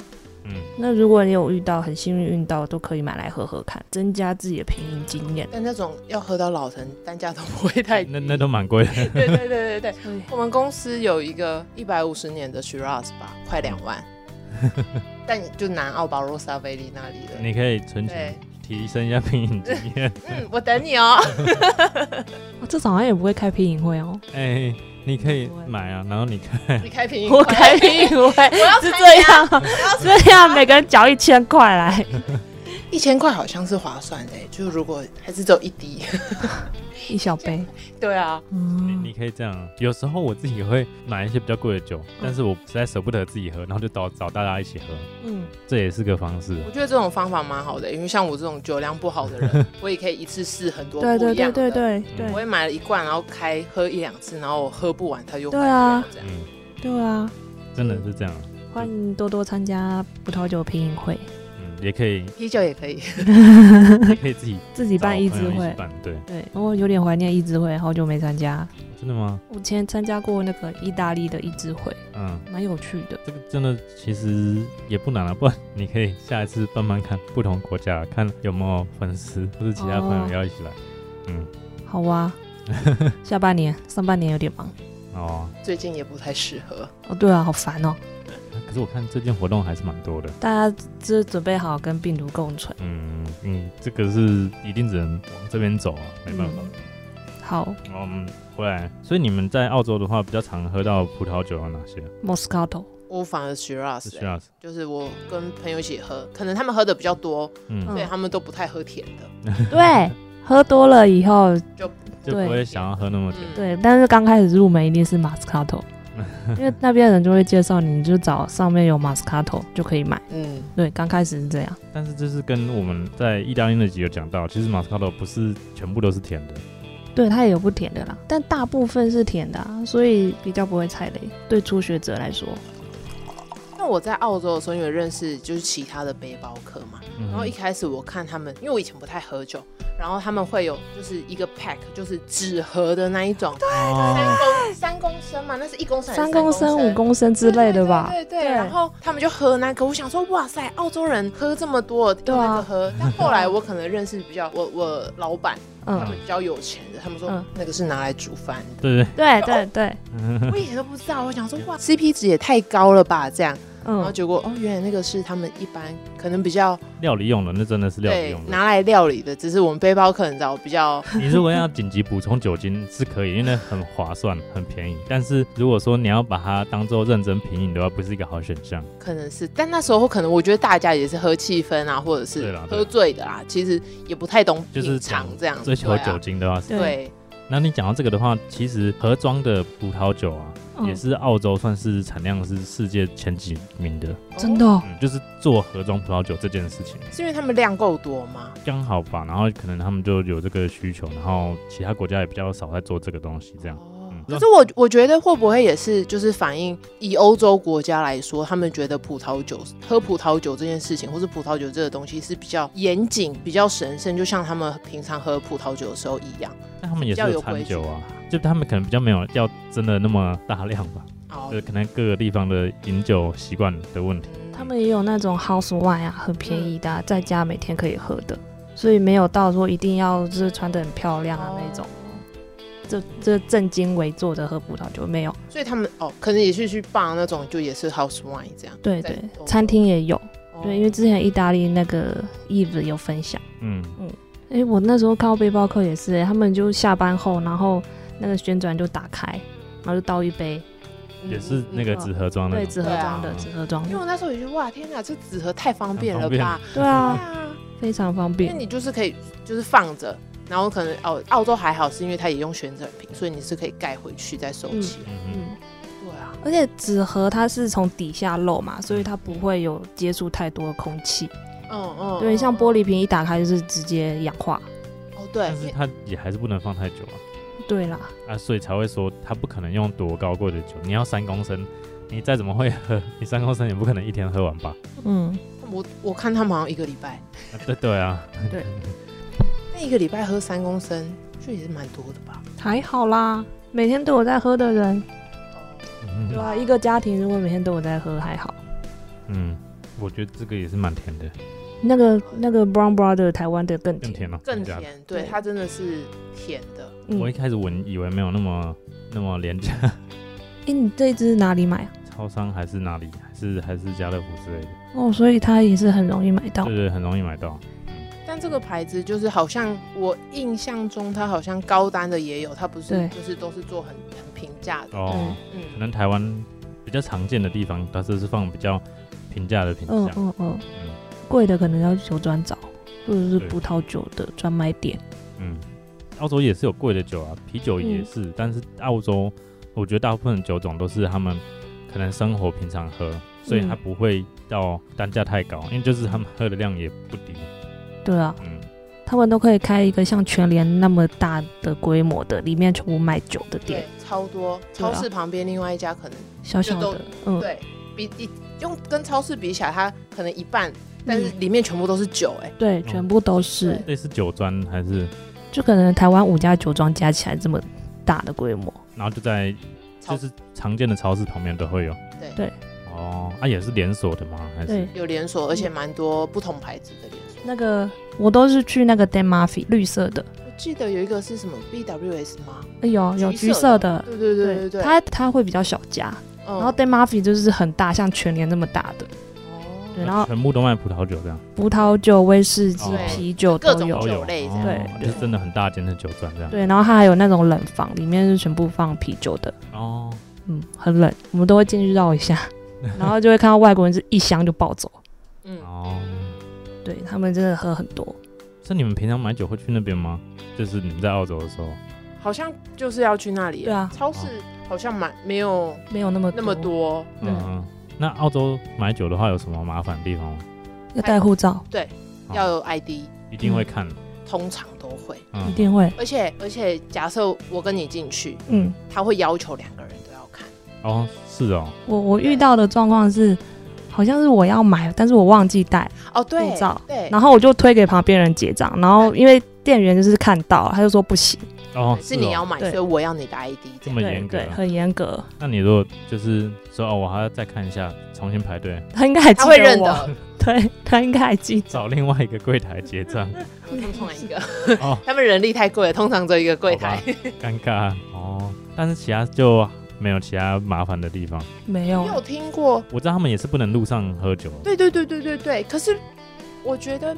Speaker 2: 嗯，
Speaker 3: 那如果你有遇到很幸运运到，都可以买来喝喝看，增加自己的品饮经验。
Speaker 1: 但那种要喝到老藤，单价都不会 太低，
Speaker 2: 那那都蛮贵的。
Speaker 1: 对对对对对。
Speaker 3: 对，
Speaker 1: 我们公司有一个一百五十年的 Shiraz 吧，快两 万，但就南澳巴罗萨维利那里的。
Speaker 2: 你可以存钱
Speaker 1: 对，
Speaker 2: 提升一下品饮 经验。
Speaker 1: 嗯，我等你哦。
Speaker 3: 哦这种好像也不会开品饮会哦，
Speaker 2: 哎、你可以买啊，然后你看。
Speaker 1: 你开瓶一块，
Speaker 3: 我开品饮会
Speaker 1: 要
Speaker 3: 是
Speaker 1: 参
Speaker 3: 这样哦，这样每个人缴一千块来。
Speaker 1: 一千块好像是划算的、欸就如果还是只有一 滴。
Speaker 3: 一小杯。
Speaker 1: 对啊，
Speaker 2: 你
Speaker 3: 嗯，
Speaker 2: 你可以这样啊，有时候我自己也会买一些比较贵的酒，但是我实在舍不得自己喝，然后就找找大家一起喝，
Speaker 3: 嗯，
Speaker 2: 这也是个方式。啊
Speaker 1: 我觉得这种方法蛮好的、因为像我这种酒量不好的 人，我也可以一次试很多不一
Speaker 3: 对
Speaker 1: 样的。
Speaker 3: 对
Speaker 1: 嗯
Speaker 3: 对对对
Speaker 1: 我
Speaker 3: 对
Speaker 1: 会买了一罐，然后开喝一两次，然后我喝不完，它就
Speaker 3: 对啊
Speaker 1: 坏掉这样。
Speaker 2: 嗯，
Speaker 3: 对啊！
Speaker 2: 真的是这样。啊
Speaker 3: 欢迎多多参加葡萄酒品饮会，
Speaker 2: 嗯，也可 以，
Speaker 1: 啤酒也可以，
Speaker 2: 也可以自己
Speaker 3: 自己
Speaker 2: 找
Speaker 3: 办一
Speaker 2: 朋
Speaker 3: 支
Speaker 2: 友一
Speaker 3: 会
Speaker 2: 起。办。对，
Speaker 3: 对，我有点怀念一支会，好久没参加。
Speaker 2: 真的吗？
Speaker 3: 我之前参加过那个意大利的一支会，
Speaker 2: 嗯，
Speaker 3: 蛮有趣的。
Speaker 2: 这个真的其实也不难啊，不然你可以下一次慢慢看不同国家，看有没有粉丝或是其他朋
Speaker 3: 哦
Speaker 2: 友要一起来。嗯，
Speaker 3: 好啊，下半年、上半年有点忙。
Speaker 2: 哦，
Speaker 1: 最近也不太适合。
Speaker 3: 哦，对啊，好烦哦！
Speaker 2: 可是我看最近活动还是蛮多的。
Speaker 3: 大家就是准备好跟病毒共存。
Speaker 2: 嗯，你这个是一定只能往这边走啊，没办法。嗯
Speaker 3: 好
Speaker 1: 嗯
Speaker 2: 然后我们回来，所以你们在澳洲的话，比较常喝到葡萄酒有啊哪些？
Speaker 3: ，Moscato，
Speaker 1: 我反而 Shiraz，、
Speaker 2: 是
Speaker 1: 欸
Speaker 2: Shiraz，
Speaker 1: 就是我跟朋友一起喝，可能他们喝的比较多，
Speaker 2: 嗯，
Speaker 1: 所以他们都不太喝甜的。
Speaker 3: 对，喝多了以后，
Speaker 2: 就不会想要喝那么甜。
Speaker 1: 嗯，
Speaker 3: 对，但是刚开始入门一定是 Moscato，因为那边的人就会介绍你，你就找上面有 Moscato 就可以买。
Speaker 1: 嗯，
Speaker 3: 对，刚开始是这样，
Speaker 2: 但是这是跟我们在意大利那集有讲到，其实马斯卡罗不是全部都是甜的，
Speaker 3: 对，它也有不甜的啦，但大部分是甜的、啊，所以比较不会踩雷。对初学者来说，
Speaker 1: 那我在澳洲的时候，因为认识就是其他的背包客嘛，
Speaker 2: 嗯
Speaker 1: 然哦后一开始我看他们，因为我以前不太喝酒，然后他们会有就是一个 pack，就是纸盒的那一种，三
Speaker 2: 哦
Speaker 1: 公三公升嘛，那是一公升还是
Speaker 3: 三公升、五公升之类的吧。
Speaker 1: 对对对
Speaker 3: 对
Speaker 1: 然后他们就喝那个，我想说，哇塞，澳洲人喝这么多，对
Speaker 3: 啊
Speaker 1: 那个喝。但后来我可能认识比较我我老板他
Speaker 3: 嗯
Speaker 1: 们，比较有钱的，他们说
Speaker 3: 嗯
Speaker 1: 那个是拿来煮饭的。
Speaker 2: 对对，
Speaker 3: 对对对，
Speaker 1: 我以前都不知道，我想说哇，CP 值也太高了吧，这样。然后
Speaker 3: 嗯，
Speaker 1: 结果哦，原来那个是他们一般可能比较
Speaker 2: 料理用的那真的是料理
Speaker 1: 对
Speaker 2: 用的。
Speaker 1: 拿来料理的，只是我们背包客你知道比较
Speaker 2: 你如果要紧急补充酒精是可以，因为那很划算，很便宜。但是如果说你要把它当做认真品饮的话，不是一个好选项。
Speaker 1: 可能是，但那时候可能我觉得大家也是喝气氛啊，或者
Speaker 2: 对
Speaker 1: 是
Speaker 2: 啦对
Speaker 1: 喝醉的啊，其实也不太懂
Speaker 2: 就是
Speaker 1: 品尝这样，
Speaker 2: 追求
Speaker 1: 对啊
Speaker 2: 酒精的话，
Speaker 3: 对
Speaker 1: 对，
Speaker 2: 那你讲到这个的话，其实盒装的葡萄酒啊，
Speaker 3: 嗯
Speaker 2: 也是澳洲算是产量是世界前几名的。
Speaker 3: 真的、哦，
Speaker 2: 嗯，就是做盒装葡萄酒这件事情
Speaker 1: 是因为他们量够多吗？
Speaker 2: 刚好吧，然后可能他们就有这个需求，然后其他国家也比较少在做这个东西，这样。
Speaker 1: 哦
Speaker 2: 嗯
Speaker 1: 可是我我觉得会不会也是就是反映以欧洲国家来说，他们觉得葡萄酒喝葡萄酒这件事情，或是葡萄酒这个东西是比较严谨、比较神圣，就像他们平常喝葡萄酒的时候一样。
Speaker 2: 但他们也是有餐酒啊
Speaker 1: 比较有规，
Speaker 2: 就他们可能比较没有要真的那么大量吧，
Speaker 1: 哦
Speaker 2: 就是可能各个地方的饮酒习惯的问题。
Speaker 3: 他们也有那种 house wine 啊，很便宜
Speaker 1: 嗯
Speaker 3: 的啊、在家每天可以喝的，所以没有到说一定要就是穿的很漂亮啊那种，
Speaker 1: 哦
Speaker 3: 这这正襟危坐的喝葡萄酒没有。
Speaker 1: 所以他们哦，可能也是去放那种，就也是 house wine 这样。
Speaker 3: 对
Speaker 1: 在
Speaker 3: 对
Speaker 1: 欧洲，
Speaker 3: 餐厅也有，
Speaker 1: 哦
Speaker 3: 对，因为之前意大利那个 Eve 有分享。
Speaker 2: 嗯，
Speaker 3: 哎、我那时候看到背包客也是、欸，他们就下班后，然后那个旋转就打开，然后就倒一杯，
Speaker 1: 嗯
Speaker 2: 也是那个
Speaker 3: 嗯
Speaker 2: 纸盒装的
Speaker 3: 对，。纸盒装的，
Speaker 2: 对啊
Speaker 3: 纸盒装
Speaker 1: 因为
Speaker 3: 的，
Speaker 1: 我那时候也觉得哇，天哪，这纸盒太方便了
Speaker 2: 很
Speaker 1: 吧
Speaker 2: 方？
Speaker 3: 对
Speaker 1: 对
Speaker 3: 啊，
Speaker 1: 啊，
Speaker 3: 非常方
Speaker 1: 因为
Speaker 3: 便。
Speaker 1: 你就是可以就是放着，然后可能哦，澳洲还好是因为它也用旋转瓶，所以你是可以盖回去再收起来。
Speaker 2: 嗯
Speaker 3: 嗯，
Speaker 1: 对啊，
Speaker 3: 而且纸盒它是从底下漏嘛，所以它不会有接触太多的空气。
Speaker 1: 嗯嗯，
Speaker 3: 对，
Speaker 1: 嗯
Speaker 3: 像玻璃瓶一打开就是直接氧化。
Speaker 1: 哦，对
Speaker 2: 但，是它也还是不能放太久啊，
Speaker 3: 对啦，
Speaker 2: 啊，所以才会说它不可能用多高贵的酒，你要三公升，你再怎么会喝，你三公升也不可能一天喝完吧？
Speaker 3: 嗯，
Speaker 1: 我我看他们好像一个礼拜，
Speaker 2: 啊对对啊，
Speaker 1: 那一个礼拜喝三公升，这也是蛮多的吧？
Speaker 3: 还好啦。每天都有在喝的人，
Speaker 2: 嗯
Speaker 3: 对啊，一个家庭如果每天都有在喝还好。
Speaker 2: 嗯，我觉得这个也是蛮甜的，
Speaker 3: 那个那个 Brown Brother 台湾的更
Speaker 2: 更
Speaker 3: 甜，
Speaker 2: 甜哦，
Speaker 1: 更
Speaker 2: 这样。
Speaker 1: 甜，对，
Speaker 3: 对
Speaker 1: 它真的是甜的。
Speaker 3: 嗯
Speaker 2: 我一开始闻以为没有那么那么廉价，
Speaker 3: 哎、你这一支哪里买啊？
Speaker 2: 超商还是哪里，还是还是家乐福之类的，
Speaker 3: 哦，所以它也是很容易买到
Speaker 2: 对。对，很容易买到。
Speaker 1: 但这个牌子就是好像我印象中，它好像高单的也有，它不是
Speaker 3: 对
Speaker 1: 就是都是做很很平价的，
Speaker 2: 哦，可
Speaker 1: 嗯，
Speaker 2: 能台湾比较常见的地方，它是是放比较平价的品
Speaker 3: 嗯
Speaker 2: 相。
Speaker 3: 嗯嗯
Speaker 2: 嗯，
Speaker 3: 贵的可能要酒庄找，或者是
Speaker 2: 对
Speaker 3: 葡萄酒的专卖店。
Speaker 2: 嗯，澳洲也是有贵的酒啊，啤酒也是，
Speaker 3: 嗯
Speaker 2: 但是澳洲我觉得大部分的酒种都是他们可能生活平常喝，所以它
Speaker 3: 嗯
Speaker 2: 不会到单价太高，因为就是他们喝的量也不低。
Speaker 3: 对啊，
Speaker 2: 嗯，
Speaker 3: 他们都可以开一个像全联那么大的规模的，里面全部卖酒的
Speaker 1: 对
Speaker 3: 店，，
Speaker 1: 超多。
Speaker 3: 对啊
Speaker 1: 超市旁边另外一家可能
Speaker 3: 小小
Speaker 1: 就
Speaker 3: 的
Speaker 1: 都，
Speaker 3: 嗯，
Speaker 1: 对比一用跟超市比起来，它可能一半，但是里面全部都是酒、哎、
Speaker 3: 对，全部都是
Speaker 1: 对，
Speaker 2: 类似酒庄还是，
Speaker 3: 就可能台湾五家酒庄加起来这么大的规模。
Speaker 2: 然后就在
Speaker 1: 超
Speaker 2: 就是常见的超市旁边都会有。
Speaker 1: 对
Speaker 3: 对。
Speaker 2: 哦，啊，也是连锁的吗？还是
Speaker 3: 对？
Speaker 1: 有连锁，而且蛮多不同牌子的连锁。
Speaker 3: 那个我都是去那个 Dan Murphy 绿色的，
Speaker 1: 我记得有一个是什么 BWS 吗？
Speaker 3: 哎有有
Speaker 1: 橘
Speaker 3: 橘
Speaker 1: 色
Speaker 3: 色
Speaker 1: 的
Speaker 3: 的，
Speaker 1: 对对对对对。
Speaker 3: 它它会比较小家，
Speaker 1: 嗯
Speaker 3: 然后 Dan Murphy 就是很大，像全联那么大的。
Speaker 1: 哦，
Speaker 3: 对，然后
Speaker 2: 全部都卖葡萄酒这样，
Speaker 3: 葡萄酒、威士忌
Speaker 2: 哦、
Speaker 3: 啤酒
Speaker 1: 各
Speaker 3: 都
Speaker 1: 种
Speaker 3: 有
Speaker 2: 都。有
Speaker 1: 酒类这
Speaker 2: 哦
Speaker 1: 样
Speaker 3: 对
Speaker 2: 就是真的很大间的酒庄这样。
Speaker 3: 对，然后它还有那种冷房，里面是全部放啤酒的，
Speaker 2: 哦，
Speaker 3: 嗯，很冷，我们都会进去绕一下，然后就会看到外国人是一箱就抱走，
Speaker 1: 嗯，
Speaker 2: 哦，
Speaker 3: 对他们真的喝很多，
Speaker 2: 是你们平常买酒会去那边吗？就是你们在澳洲的时候，
Speaker 1: 好像就是要去那里。
Speaker 3: 对啊
Speaker 1: 超市好像蛮没有
Speaker 3: 没有那么
Speaker 1: 那么，多，
Speaker 3: 对
Speaker 2: 嗯，那澳洲买酒的话有什么麻烦的地方吗？
Speaker 3: 要带护照，
Speaker 2: 哦
Speaker 1: 要有 ID，
Speaker 2: 一定会看，
Speaker 1: 通常都会。
Speaker 2: 嗯
Speaker 3: 一定会，
Speaker 1: 而且而且，假设我跟你进去，
Speaker 3: 嗯，
Speaker 1: 他会要求两个人都要看。
Speaker 2: 哦，是哦，
Speaker 3: 我我遇到的状况是，好像是我要买，但是我忘记带，
Speaker 1: 哦，对
Speaker 3: 护照，
Speaker 1: 对，
Speaker 3: 然后我就推给旁边人结账，然后因为店员就是看到，他就说不行，
Speaker 2: 哦，
Speaker 1: 是你要
Speaker 2: 哦
Speaker 1: 买，
Speaker 3: 对
Speaker 1: 所以我要你的 ID 这
Speaker 2: 这
Speaker 1: 样。
Speaker 2: 么严
Speaker 3: 对
Speaker 2: 格啊
Speaker 3: 对，，很严格，
Speaker 2: 那你如果就是说哦，我还要再看一下，重新排队，
Speaker 3: 他应该还记
Speaker 1: 他
Speaker 3: 得
Speaker 1: 会认
Speaker 3: 我，
Speaker 1: 得，
Speaker 3: 对 他应该还记得，
Speaker 2: 找另外一个柜台 结账，
Speaker 1: 我通常一个，
Speaker 2: 哦，
Speaker 1: 他们人力太贵了，通常只有一个柜台
Speaker 2: 好。尴尬哦。但是其他就没有其他麻烦的地方。
Speaker 3: 没
Speaker 1: 你
Speaker 3: 有，
Speaker 1: 有听过？
Speaker 2: 我知道他们也是不能路上喝酒，
Speaker 1: 对对对对对对。可是我觉得，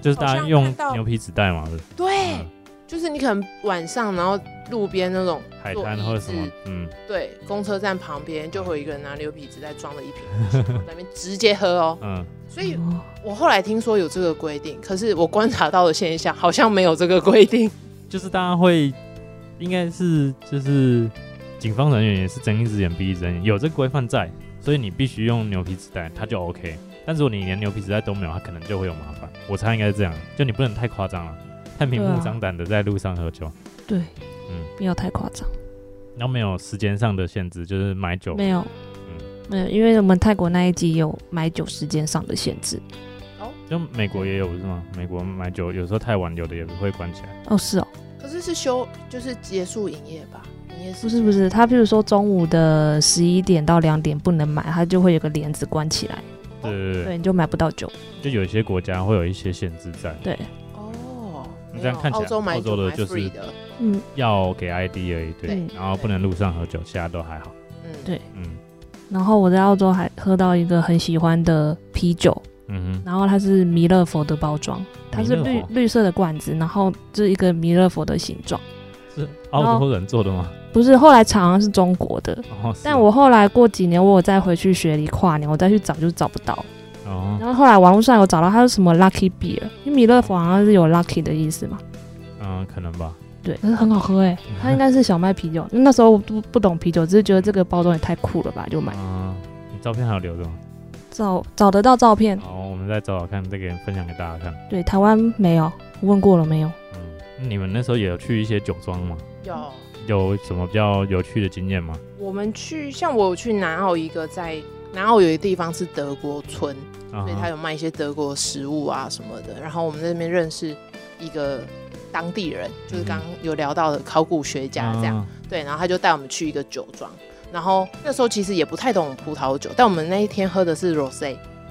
Speaker 2: 就是大
Speaker 1: 好
Speaker 2: 家
Speaker 1: 像
Speaker 2: 用
Speaker 1: 看到
Speaker 2: 牛皮纸袋嘛，是不是
Speaker 1: 对
Speaker 2: 嗯，
Speaker 1: 就是你可能晚上，然后路边那种
Speaker 2: 海
Speaker 1: 做
Speaker 2: 滩
Speaker 1: 椅
Speaker 2: 或者什么
Speaker 1: 子，
Speaker 2: 嗯，
Speaker 1: 对，公车站旁边就会有一个人拿牛皮纸袋装了 一瓶，在那边直接喝哦。
Speaker 2: 嗯，
Speaker 1: 所以
Speaker 3: 哦
Speaker 1: 我后来听说有这个规定，可是我观察到的现象好像没有这个规定。
Speaker 2: 就是大家会，应该是就是警方人员也是睁一只眼闭一只眼，有这个规范在，所以你必须用牛皮纸袋，它就 OK。但如果你连牛皮纸袋都没有，它可能就会有麻烦。我猜应该是这样，就你不能太夸张了，太明
Speaker 3: 对
Speaker 2: 目
Speaker 3: 啊
Speaker 2: 张胆的在路上喝酒，
Speaker 3: 对，
Speaker 2: 嗯
Speaker 3: 不要太夸张。
Speaker 2: 然后没有时间上的限制，就是买酒
Speaker 3: 没有，没有，因为我们泰国那一集有买酒时间上的限制。
Speaker 2: 就美国也有不是吗？美国买酒有时候太晚，有的也会关起来。
Speaker 3: 哦，是哦，
Speaker 1: 可是是休，就是结束营业吧？营业
Speaker 3: 不
Speaker 1: 是
Speaker 3: 是不是，他譬如说中午的十一点到两点不能买，他就会有个帘子关起来，
Speaker 2: 对对对，
Speaker 3: 对，你就买不到酒。
Speaker 2: 就有些国家会有一些限制在，
Speaker 3: 对，
Speaker 1: 哦，
Speaker 2: 你这样
Speaker 1: 没有
Speaker 2: 看起来
Speaker 1: 澳洲买
Speaker 2: 澳
Speaker 1: 酒
Speaker 2: 洲的
Speaker 1: 买
Speaker 2: 就是
Speaker 1: free 的，
Speaker 3: 嗯，
Speaker 2: 要给 ID 而已，对
Speaker 3: 对，
Speaker 2: 然后不能路上喝酒，其他都还好。
Speaker 1: 嗯，
Speaker 3: 对
Speaker 2: 嗯
Speaker 3: 然后我在澳洲还喝到一个很喜欢的啤酒，
Speaker 2: 嗯哼，
Speaker 3: 然后它是弥勒佛的包装，它是
Speaker 2: 弥
Speaker 3: 绿
Speaker 2: 勒佛
Speaker 3: 绿色的罐子，然后就是一个弥勒佛的形状。
Speaker 1: 哦
Speaker 2: 是澳洲人做的吗？
Speaker 3: 不是，后来好像是中国的，
Speaker 2: 哦，是
Speaker 3: 但我后来过几年，我有再回去雪梨跨年，我再去找就找不到。
Speaker 2: 哦
Speaker 3: 然后后来网络上有找到它是什么 Lucky Beer，因为弥勒佛好像是有 Lucky 的意思嘛。
Speaker 2: 嗯，可能吧。
Speaker 3: 对，可是很好喝哎、它应该是小麦啤酒。那时候我不不懂啤酒，只是觉得这个包装也太酷了吧，就买。
Speaker 2: 嗯，你照片还有留着吗？
Speaker 3: 找找得到照片，
Speaker 2: 好，我们再找找看，再给分享给大家看。
Speaker 3: 对，台湾没有，问过了没有？
Speaker 2: 嗯，你们那时候也有去一些酒庄吗？
Speaker 1: 有。
Speaker 2: 有什么比较有趣的经验吗？
Speaker 1: 我们去，像我有去南澳一个在南澳有一个地方是德国村，
Speaker 2: 啊
Speaker 1: 所以它有卖一些德国食物啊什么的。然后我们在那边认识一个当地人，就是
Speaker 2: 嗯
Speaker 1: 刚刚有聊到的考古学家这
Speaker 2: 啊
Speaker 1: 样。，对，然后他就带我们去一个酒庄。然后那时候其实也不太懂葡萄酒，但我们那一天喝的是 rosé，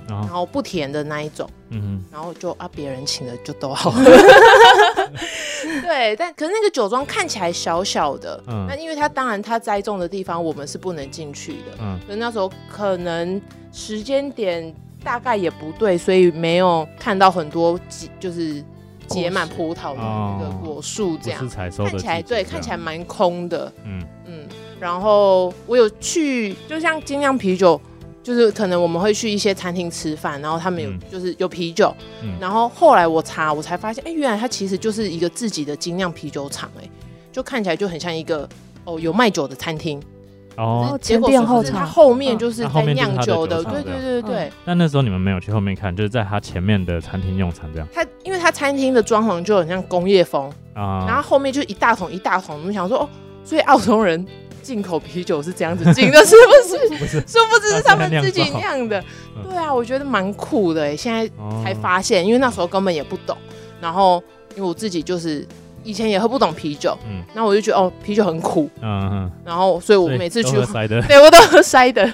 Speaker 2: 然
Speaker 1: 然
Speaker 2: 后
Speaker 1: 后不甜的那一种，
Speaker 2: 嗯
Speaker 1: 然后就啊别人请的就都好喝。 对，但可是那个酒庄看起来小小的，
Speaker 2: 嗯
Speaker 1: 那因为它当然它栽种的地方我们是不能进去的，
Speaker 2: 嗯
Speaker 1: 所以那时候可能时间点大概也不对，所以没有看到很多结就是结满葡萄的那个果树
Speaker 2: 不
Speaker 1: 哦这样
Speaker 2: 是，采收的
Speaker 1: 看起来
Speaker 2: 季节
Speaker 1: 对看起来
Speaker 2: 这样
Speaker 1: 蛮空的，
Speaker 2: 嗯
Speaker 1: 啊嗯。然后我有去，就像精酿啤酒，就是可能我们会去一些餐厅吃饭，然后他们有、
Speaker 2: 嗯
Speaker 1: 就是有啤酒，
Speaker 2: 嗯
Speaker 1: 然后后来我查我才发现，哎，原来它其实就是一个自己的精酿啤酒厂，哎，就看起来就很像一个哦有卖酒的餐厅。
Speaker 2: 哦，
Speaker 3: 哦
Speaker 1: 结果
Speaker 3: 前店
Speaker 1: 是不
Speaker 3: 后
Speaker 1: 是
Speaker 3: 厂嗯
Speaker 1: 它后面就是
Speaker 2: 嗯它后
Speaker 1: 在
Speaker 2: 面就是
Speaker 1: 酿
Speaker 2: 它的
Speaker 1: 酒
Speaker 2: 酒
Speaker 1: 的，
Speaker 2: 厂
Speaker 1: 对
Speaker 2: 这
Speaker 1: 对
Speaker 2: 样
Speaker 1: 对对。
Speaker 2: 但那时候你们没有去后面看，就是在他前面的餐厅用餐这样
Speaker 1: 它因为它餐厅的装潢就很像工业风，
Speaker 2: 啊。
Speaker 1: 然后后面就一大桶一大桶，我们想说哦，所以澳洲人进口啤酒是这样子进 的，是不是？
Speaker 2: 不是
Speaker 1: 殊不知是他们自己酿的
Speaker 2: 嗯。
Speaker 1: 对啊，我觉得蛮酷的欸，现在 才
Speaker 2: 才
Speaker 1: 发现，因为那时候根本也不懂。然后因为我自己就是以前也喝不懂啤酒，
Speaker 2: 嗯
Speaker 1: 那我就觉得哦，啤酒很苦，
Speaker 2: 嗯，嗯
Speaker 1: 然后所以我
Speaker 2: 所以
Speaker 1: 每次
Speaker 2: 都
Speaker 1: 去
Speaker 2: 喝，塞的，
Speaker 1: 对我都喝塞的。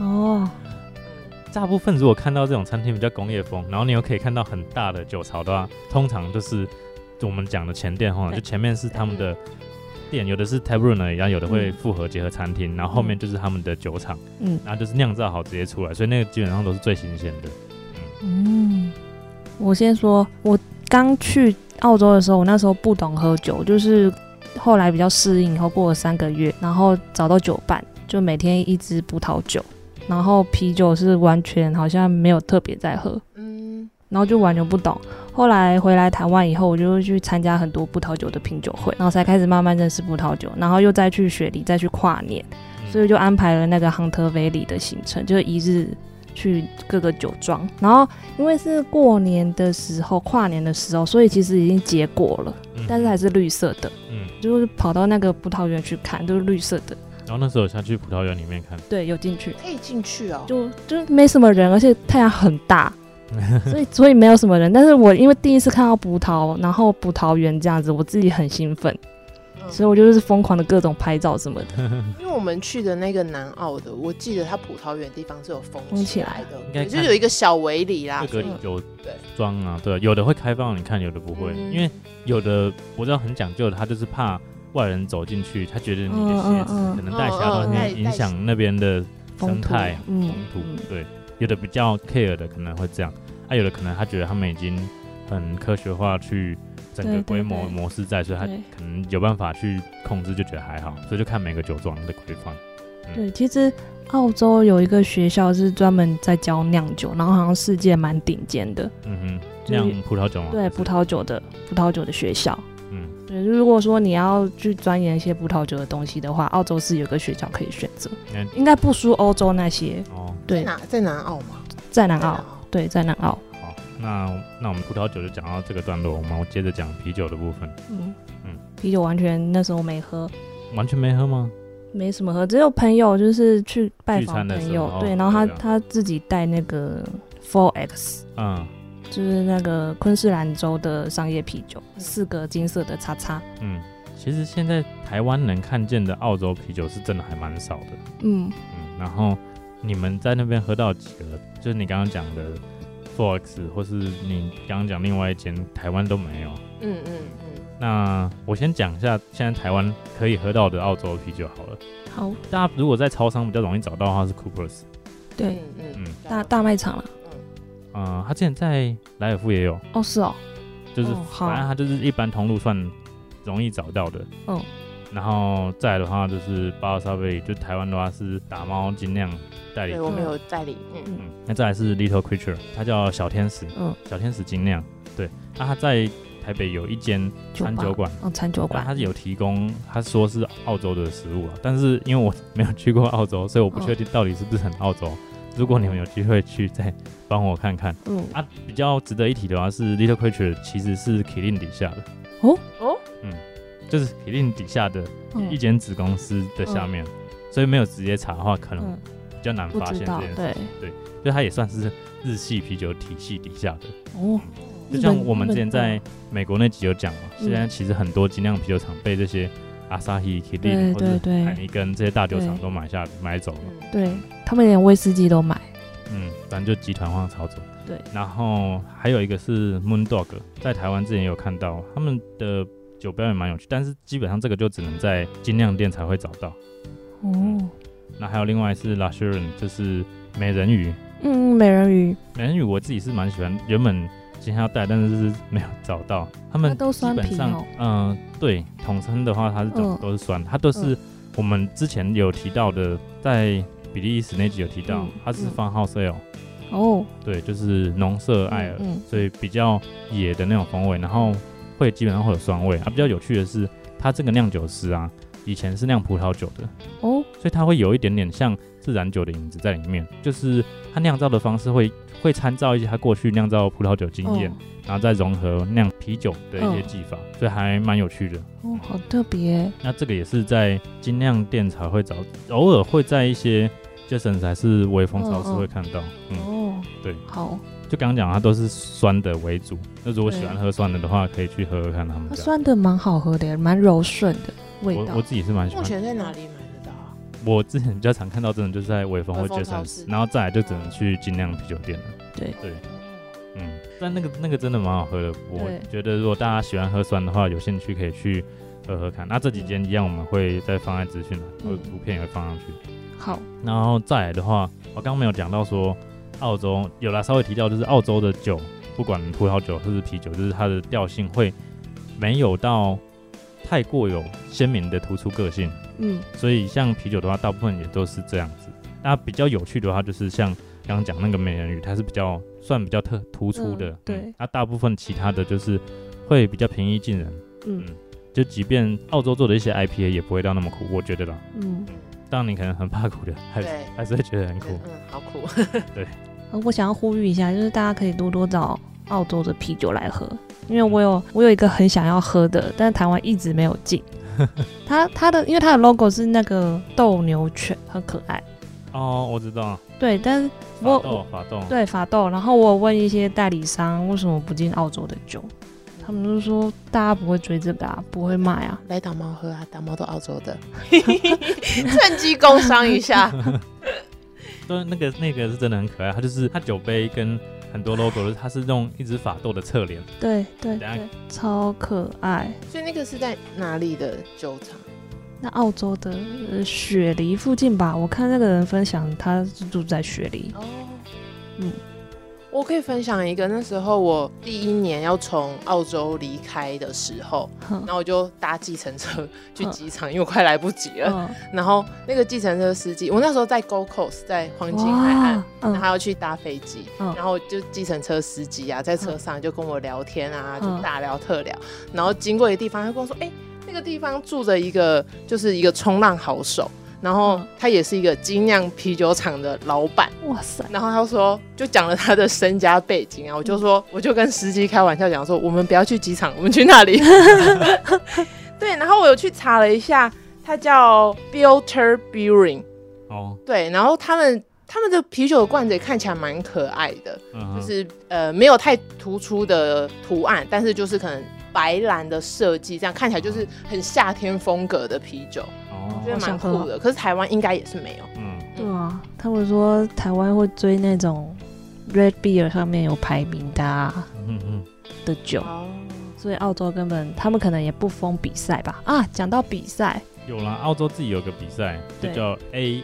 Speaker 3: 哦，
Speaker 2: 大部分如果看到这种餐厅比较工业风，然后你又可以看到很大的酒槽的话，通常就是我们讲的前店哈，
Speaker 3: 对
Speaker 2: 就前面是他们的店，有的是 tap room 而已，然后有的会
Speaker 3: 嗯
Speaker 2: 复合结合餐厅，然后后面就是他们的酒厂，
Speaker 3: 嗯
Speaker 2: 然后就是酿造好直接出来，所以那个基本上都是最新鲜的。
Speaker 3: 嗯，我先说，我刚去澳洲的时候，我那时候不懂喝酒，就是后来比较适应，以后过了三个月，然后找到酒伴，就每天一支葡萄酒，然后啤酒是完全好像没有特别在喝，
Speaker 1: 嗯，
Speaker 3: 然后就完全不懂。
Speaker 2: 嗯
Speaker 3: 后来回来台湾以后，我就去参加很多葡萄酒的品酒会，然后才开始慢慢认识葡萄酒，然后又再去雪梨，再去跨年，
Speaker 2: 嗯
Speaker 3: 所以就安排了那个 Hunter Valley 的行程，就是一日去各个酒庄。然后因为是过年的时候，跨年的时候，所以其实已经结果了，
Speaker 2: 嗯
Speaker 3: 但是还是绿色的，
Speaker 2: 嗯，
Speaker 3: 就是跑到那个葡萄园去看，都是绿色的，
Speaker 2: 然后那时候有下去葡萄园里面看，
Speaker 3: 对，有进去。
Speaker 1: 可以进去哦。
Speaker 3: 就就没什么人，而且太阳很 大，所以所以没有什么人。但是我因为第一次看到葡萄，然后葡萄园这样子，我自己很兴奋，
Speaker 1: 嗯
Speaker 3: 所以我就是疯狂的各种拍照什么的。
Speaker 1: 因为我们去的那个南澳的，我记得它葡萄园地方是有封
Speaker 3: 封
Speaker 1: 起
Speaker 3: 起
Speaker 1: 来的，
Speaker 2: 应
Speaker 1: 对
Speaker 2: 该看
Speaker 1: 就是有一个小围篱啦
Speaker 2: 各。个
Speaker 1: 嗯
Speaker 2: 酒
Speaker 1: 对
Speaker 2: 庄啊，对，有的会开放你看，有的不会，
Speaker 1: 嗯
Speaker 2: 因为有的我知道很讲究的，他就是怕外人走进去，他觉得你的鞋
Speaker 3: 嗯嗯
Speaker 2: 子
Speaker 3: 嗯
Speaker 2: 可能带瑕到
Speaker 1: 嗯嗯嗯
Speaker 2: 影影响那边的生
Speaker 3: 风土
Speaker 2: 态
Speaker 3: 嗯
Speaker 2: 风土
Speaker 3: 嗯，
Speaker 2: 对，有的比较 care 的可能会这样，啊，有的可能他觉得他们已经很科学化去整个
Speaker 3: 对对
Speaker 2: 规模
Speaker 3: 对
Speaker 2: 模式在，所以他
Speaker 3: 对
Speaker 2: 可能有办法去控制，就觉得还好，所以就看每个酒庄的规范。
Speaker 3: 对，其实澳洲有一个学校是专门在教酿酒，然后好像世界蛮顶尖的，
Speaker 2: 嗯哼，
Speaker 3: 就是
Speaker 2: 酿葡萄酒吗？
Speaker 3: 对葡萄酒的葡萄酒的学校。
Speaker 2: 嗯，
Speaker 3: 对，如果说你要去钻研一些葡萄酒的东西的话，澳洲是有个学校可以选择，
Speaker 2: 那
Speaker 3: 应该不输欧洲那些。
Speaker 2: 哦，
Speaker 1: 在
Speaker 3: 对，
Speaker 1: 哪在南澳吗？
Speaker 3: 在南
Speaker 1: 在
Speaker 3: 澳，对，啊在南澳。
Speaker 2: 好，那那我们葡萄酒就讲到这个段落，我们接着讲啤酒的部分。
Speaker 3: 嗯
Speaker 2: 嗯，
Speaker 3: 啤酒完全那时候没喝，
Speaker 2: 完全没喝吗？
Speaker 3: 没什么喝，只有朋友就是去拜
Speaker 2: 聚餐
Speaker 3: 访
Speaker 2: 的时
Speaker 3: 朋友
Speaker 2: 候，
Speaker 3: 对，然后他
Speaker 2: 对啊
Speaker 3: 他自己带那个 Four X，
Speaker 2: 嗯
Speaker 3: 就是那个昆士兰州的商业啤酒，四个金色的叉叉，
Speaker 2: 嗯，其实现在台湾能看见的澳洲啤酒是真的还蛮少的。
Speaker 3: 嗯，
Speaker 2: 嗯，然后你们在那边喝到几个？就是你刚刚讲的 Four X，或是你刚刚讲另外一间台湾都没有。
Speaker 1: 嗯嗯嗯，
Speaker 2: 那我先讲一下现在台湾可以喝到的澳洲啤酒好了。
Speaker 3: 好，
Speaker 2: 大家如果在超商比较容易找到的话是 Coopers，
Speaker 3: 对，
Speaker 1: 嗯嗯
Speaker 2: 嗯
Speaker 1: 嗯
Speaker 3: 大大卖场了，
Speaker 2: 嗯、它之前在莱尔夫也有，
Speaker 3: 哦，是哦，
Speaker 2: 就是、
Speaker 3: 哦好
Speaker 2: 反正它就是一般通路算容易找到的。
Speaker 3: 嗯，
Speaker 2: 然后再来的话就是巴尔沙贝，就台湾的话是打猫精酿代理
Speaker 1: 对，，我们有代理，嗯
Speaker 2: 嗯，那再来是 Little Creature，它叫小天使，
Speaker 3: 嗯，
Speaker 2: 小天使精酿，对，那它在台北有一间餐
Speaker 3: 吧
Speaker 2: 酒馆。
Speaker 3: 哦，餐酒
Speaker 2: 那
Speaker 3: 馆，
Speaker 2: 它是有提供，它说是澳洲的食物啊，但是因为我没有去过澳洲，所以我不确定到底是不是很澳洲。如果你们有机会去，再帮我看看。
Speaker 3: 嗯，
Speaker 2: 啊，比较值得一提的话是 Little Creature 其实是 Kilin 底下的，嗯
Speaker 1: 哦，
Speaker 2: 就是 Kilin 底下的
Speaker 3: 嗯
Speaker 2: 一间子公司的下面，所以没有直接查的话，可能
Speaker 3: 嗯，
Speaker 2: 比较难
Speaker 3: 不
Speaker 2: 发
Speaker 3: 知
Speaker 2: 现
Speaker 3: 道
Speaker 2: 这件，事。
Speaker 3: 对，
Speaker 2: 就它也算是日系啤酒体系底下的。
Speaker 3: 哦，
Speaker 2: 就
Speaker 3: 日
Speaker 2: 像
Speaker 3: 本
Speaker 2: 我们
Speaker 3: 日
Speaker 2: 之
Speaker 3: 本
Speaker 2: 前在美国那集有讲嘛，
Speaker 3: 嗯
Speaker 2: 现在其实很多精酿啤酒厂被这些阿萨希、k i l i
Speaker 3: 对
Speaker 2: n 或者
Speaker 3: 对对
Speaker 2: 海尼根这些大酒厂
Speaker 3: 对
Speaker 2: 都买下买走了。
Speaker 1: 嗯，
Speaker 3: 对他们连威士忌都买，
Speaker 2: 嗯，反正就集团化操作。
Speaker 3: 对，
Speaker 2: 然后还有一个是 Moondog，在台湾之前也有看到他们的酒标也蛮有趣，但是基本上这个就只能在精酿店才会找到。
Speaker 3: 哦，
Speaker 2: 那还有另外是 l a s h u r a n 就是美人鱼，
Speaker 3: 嗯，美人鱼，
Speaker 2: 美人鱼我自己是蛮喜欢，原本今天要带，但是是没有找到。他们
Speaker 3: 它都
Speaker 2: 基
Speaker 3: 酸
Speaker 2: 本
Speaker 3: 皮
Speaker 2: 上
Speaker 3: 哦，
Speaker 2: 嗯、对，统称的话它是都
Speaker 3: 嗯
Speaker 2: 都是酸，它都是我们之前有提到的，在比利时那集有提到
Speaker 3: 嗯，
Speaker 2: 它是
Speaker 3: 嗯
Speaker 2: 放号 s a
Speaker 3: 哦，
Speaker 2: 对，就是农舍艾尔，
Speaker 3: 嗯嗯
Speaker 2: 所以比较野的那种风味，然后会基本上会有酸味。啊，比较有趣的是，它这个酿酒师啊，以前是酿葡萄酒的，
Speaker 3: 哦，
Speaker 2: 所以它会有一点点像自然酒的影子在里面，就是它酿造的方式会会参照一些它过去酿造葡萄酒经验，然后再融合酿啤酒的一些技法，所以还蛮有趣的。
Speaker 3: 哦，哦，好特别，
Speaker 2: 那这个也是在精酿店才会找，偶尔会在一些 Jason 还是微风超市
Speaker 3: 嗯嗯
Speaker 2: 会看到。嗯，
Speaker 3: 哦，
Speaker 2: 对
Speaker 3: 好，
Speaker 2: 就刚刚讲它都是酸的为主，那如果喜
Speaker 3: 对
Speaker 2: 欢喝酸的的话，可以去喝喝看他们
Speaker 3: 它
Speaker 2: 家。
Speaker 3: 酸的蛮好喝的，蛮柔顺的味
Speaker 2: 我
Speaker 3: 道
Speaker 2: 哦我。自己是蛮喜
Speaker 1: 目
Speaker 2: 欢，
Speaker 1: 前在哪里买得到啊？
Speaker 2: 我之前比较常看到，真的就是在微风或
Speaker 1: 微风超
Speaker 2: Jasons，
Speaker 1: 市
Speaker 2: 然后再来就只能去精酿啤酒店了。
Speaker 3: 对
Speaker 2: 对，嗯，但那个那个真的蛮好喝的，我
Speaker 3: 对
Speaker 2: 觉得如果大家喜欢喝酸的话，有兴趣可以去喝喝看。那这几间一样，我们会再放在资讯栏，
Speaker 3: 嗯
Speaker 2: 我图片也会放上去。
Speaker 3: 好，
Speaker 2: 然后再来的话，我刚刚没有讲到说，澳洲有啦，稍微提到就是澳洲的酒，不管葡萄酒或是啤酒，就是它的调性会没有到太过有鲜明的突出个性，
Speaker 3: 嗯
Speaker 2: 所以像啤酒的话，大部分也都是这样子。那比较有趣的话，就是像刚刚讲那个美人鱼，它是比较算比较特突出的，
Speaker 3: 嗯对
Speaker 2: 那大部分其他的就是会比较平易近人，
Speaker 3: 嗯
Speaker 2: 就即便澳洲做的一些 IPA 也不会到那么苦，我觉得啦。
Speaker 3: 嗯，
Speaker 2: 当然你可能很怕苦的， 还是
Speaker 1: 对
Speaker 2: 还是会觉得很苦。
Speaker 1: 嗯，好苦，
Speaker 3: 呃我想要呼吁一下，就是大家可以多多找澳洲的啤酒来喝，因为我
Speaker 2: 嗯
Speaker 3: 有我有一个很想要喝的，但是台湾一直没有 进。它它的因为它的 logo 是那个斗牛犬，很可爱。
Speaker 2: 哦，我知道，
Speaker 3: 对，但是
Speaker 2: 法
Speaker 3: 我
Speaker 2: 斗法斗，
Speaker 3: 对法斗，然后我有问一些代理商为什么不进澳洲的酒，他们就说大家不会追这个啊，不会卖啊。
Speaker 1: 来打猫喝啊，打猫都澳洲的， 趁机工商一下，
Speaker 2: 对，那个那个是真的很可爱，它就是它酒杯跟很多 logo 都是它是用一只法斗的侧脸，
Speaker 3: 对对
Speaker 2: 等下
Speaker 3: 对，超可爱。
Speaker 1: 所以那个是在哪里的酒厂？
Speaker 3: 那澳洲的、呃雪梨附近吧，我看那个人分享，他是住在雪梨。
Speaker 1: 哦，
Speaker 3: 嗯，
Speaker 1: 我可以分享一个，那时候我第一年要从澳洲离开的时候，
Speaker 3: 哼
Speaker 1: 然后我就搭计程车去
Speaker 3: 嗯
Speaker 1: 机场，因为我快来不及了。
Speaker 3: 嗯
Speaker 1: 然后那个计程车司机，我那时候在 Gold Coast，在黄金海岸然
Speaker 3: 哇，，
Speaker 1: 后
Speaker 3: 嗯
Speaker 1: 他要去搭飞机，
Speaker 3: 嗯
Speaker 1: 然后就计程车司机啊，在车上就跟我聊天啊，
Speaker 3: 嗯
Speaker 1: 就大聊特聊。然后经过一个地方，他跟我说：“哎、那个地方住着一个就是一个冲浪好手，然后
Speaker 3: 嗯
Speaker 1: 他也是一个精酿啤酒厂的老板。”
Speaker 3: 哇塞，
Speaker 1: 然后他说，就讲了他的身家背景啊，
Speaker 3: 嗯
Speaker 1: 我就说，我就跟司机开玩笑讲说，我们不要去机场，我们去那 里。 对，然后我有去查了一下，他叫 Bilter Brewing，
Speaker 2: 哦，
Speaker 1: 对，然后他们他们的啤酒的罐子也看起来蛮可爱的，
Speaker 2: 嗯哼，
Speaker 1: 就是呃没有太突出的图案，但是就是可能白蓝的设计，这样看起来就是很夏天风格的啤酒，
Speaker 2: 哦，
Speaker 1: 觉得蛮酷的。可是台湾应该也是没有。
Speaker 2: 嗯，
Speaker 3: 对啊，他们说台湾会追那种 Red Beer 上面有排名的、啊、
Speaker 2: 嗯嗯，
Speaker 3: 的酒，
Speaker 1: 哦，
Speaker 3: 所以澳洲根本他们可能也不封比赛吧？啊，讲到比赛，
Speaker 2: 有啦，澳洲自己有个比赛，就
Speaker 3: 对
Speaker 2: 叫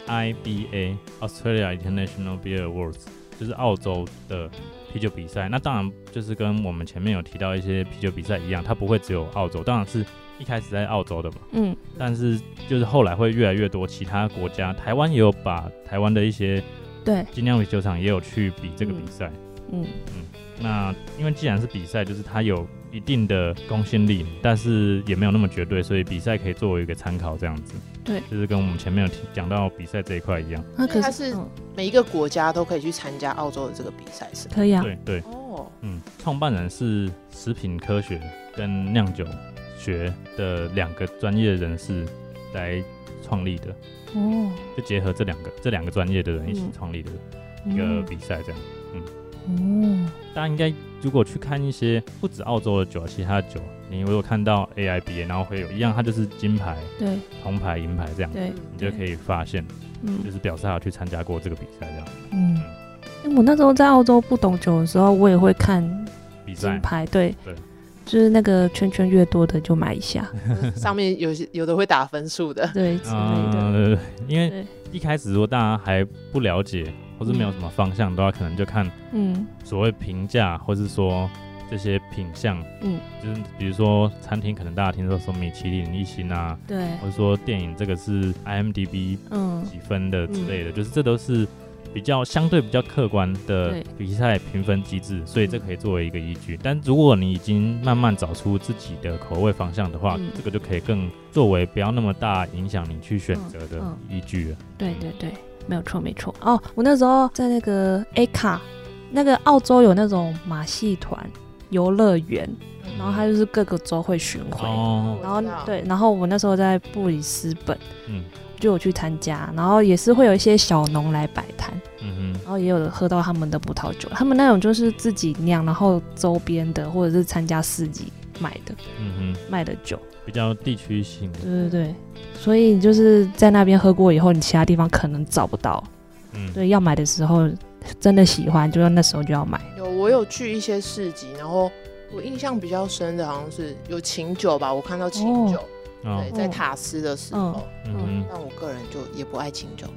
Speaker 2: AIBA Australia International Beer Awards，就是澳洲的啤酒比赛。那当然就是跟我们前面有提到一些啤酒比赛一样，它不会只有澳洲，当然是一开始在澳洲的嘛。
Speaker 3: 嗯
Speaker 2: 但是就是后来会越来越多其他国家，台湾也有把台湾的一些
Speaker 3: 对，
Speaker 2: 精酿啤酒厂也有去比这个比赛。
Speaker 3: 嗯
Speaker 2: 那因为既然是比赛，就是它有一定的公信力，但是也没有那么绝对，所以比赛可以作为一个参考这样子。
Speaker 3: 对
Speaker 2: 就是跟我们前面有提讲到比赛这一块一样。
Speaker 3: 那可
Speaker 1: 它
Speaker 3: 是
Speaker 1: 是
Speaker 3: 嗯
Speaker 1: 每一个国家都可以去参加澳洲的这个比赛，是吗？
Speaker 3: 可以啊，
Speaker 2: 对对，
Speaker 1: 哦，
Speaker 2: 嗯，创办人是食品科学跟酿酒学的两个专业人士来创立的，
Speaker 3: 哦，
Speaker 2: 就结合这两个这两个专业的人一起
Speaker 3: 嗯
Speaker 2: 创立的一
Speaker 3: 嗯
Speaker 2: 个比赛这样。
Speaker 3: 哦，
Speaker 2: 大家应该如果去看一些不止澳洲的酒，啊其他的酒，你如果看到 AIBA，然后会有一样，它就是金牌、
Speaker 3: 对
Speaker 2: 铜牌、银牌这样，
Speaker 3: 对，
Speaker 2: 你就可以发现，就
Speaker 3: 嗯
Speaker 2: 是表示他有去参加过这个比赛这样。
Speaker 3: 嗯。因为我那时候在澳洲不懂酒的时候，我也会看
Speaker 2: 比
Speaker 3: 金
Speaker 2: 赛
Speaker 3: 牌，对，
Speaker 2: 对
Speaker 3: 就是那个圈圈越多的就买一 下，
Speaker 1: 上面有些有的会打分数的，
Speaker 3: 对之类
Speaker 2: 嗯，
Speaker 3: 的。
Speaker 2: 对对对，因为
Speaker 3: 对，
Speaker 2: 一开始如果大家还不了解或是没有什么方向的话，可能就看
Speaker 3: 嗯
Speaker 2: 所谓评价，或是说这些品相，
Speaker 3: 嗯，
Speaker 2: 就是比如说餐厅，可能大家听说什么米其林一星啊，
Speaker 3: 对，
Speaker 2: 或者说电影这个是 IMDB
Speaker 3: 嗯
Speaker 2: 几分的之类的，就是这都是比较相对比较客观的
Speaker 3: 对嗯
Speaker 2: 比赛评分机制，所以这可以作为一个依据。但如果你已经慢慢找出自己的口味方向的话，
Speaker 3: 嗯
Speaker 2: 这个就可以更作为不要那么大影响你去选择的
Speaker 3: 嗯
Speaker 2: 依据了。
Speaker 3: 对对对，没有错没错。哦，我那时候在那个 A 卡，那个澳洲有那种马戏团游乐园，然后它就是各个州会巡回，
Speaker 2: 哦，
Speaker 3: 然后
Speaker 1: 嗯我知道
Speaker 3: 对，然后我那时候在布里斯本
Speaker 2: 嗯
Speaker 3: 就有去参加，然后也是会有一些小农来摆摊。
Speaker 2: 嗯哼，
Speaker 3: 然后也有喝到他们的葡萄酒，他们那种就是自己酿，然后周边的或者是参加市集买的
Speaker 2: 嗯哼，
Speaker 3: 卖的酒，
Speaker 2: 比较地区性的，
Speaker 3: 对对对，所以你就是在那边喝过以后，你其他地方可能找不到，
Speaker 2: 嗯，
Speaker 3: 对，要买的时候真的喜欢，就要那时候就要买，
Speaker 1: 有我有去一些市集，然后我印象比较深的好像是有琴酒吧，我看到琴酒，
Speaker 2: 哦
Speaker 1: 对，在塔斯的时
Speaker 3: 嗯
Speaker 1: 候，
Speaker 2: 嗯
Speaker 1: 但我个人就也不爱清酒，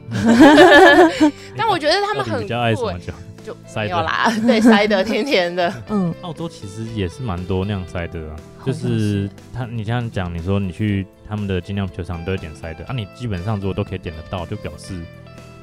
Speaker 1: 但我觉得他们
Speaker 2: 哼，到底
Speaker 1: 很
Speaker 2: 比较爱什
Speaker 1: 酷
Speaker 2: 么
Speaker 1: 欸，
Speaker 2: 酒？
Speaker 1: 就
Speaker 2: 塞
Speaker 1: 没
Speaker 2: 的
Speaker 1: 有啦，对，塞的甜甜的，
Speaker 3: 嗯，
Speaker 2: 澳洲其实也是蛮多酿塞的啊，
Speaker 3: 好
Speaker 2: 就
Speaker 3: 像
Speaker 2: 是他，你像讲，你说你去他们的精酿酒厂都会点塞的啊，你基本上如果都可以点得到，就表示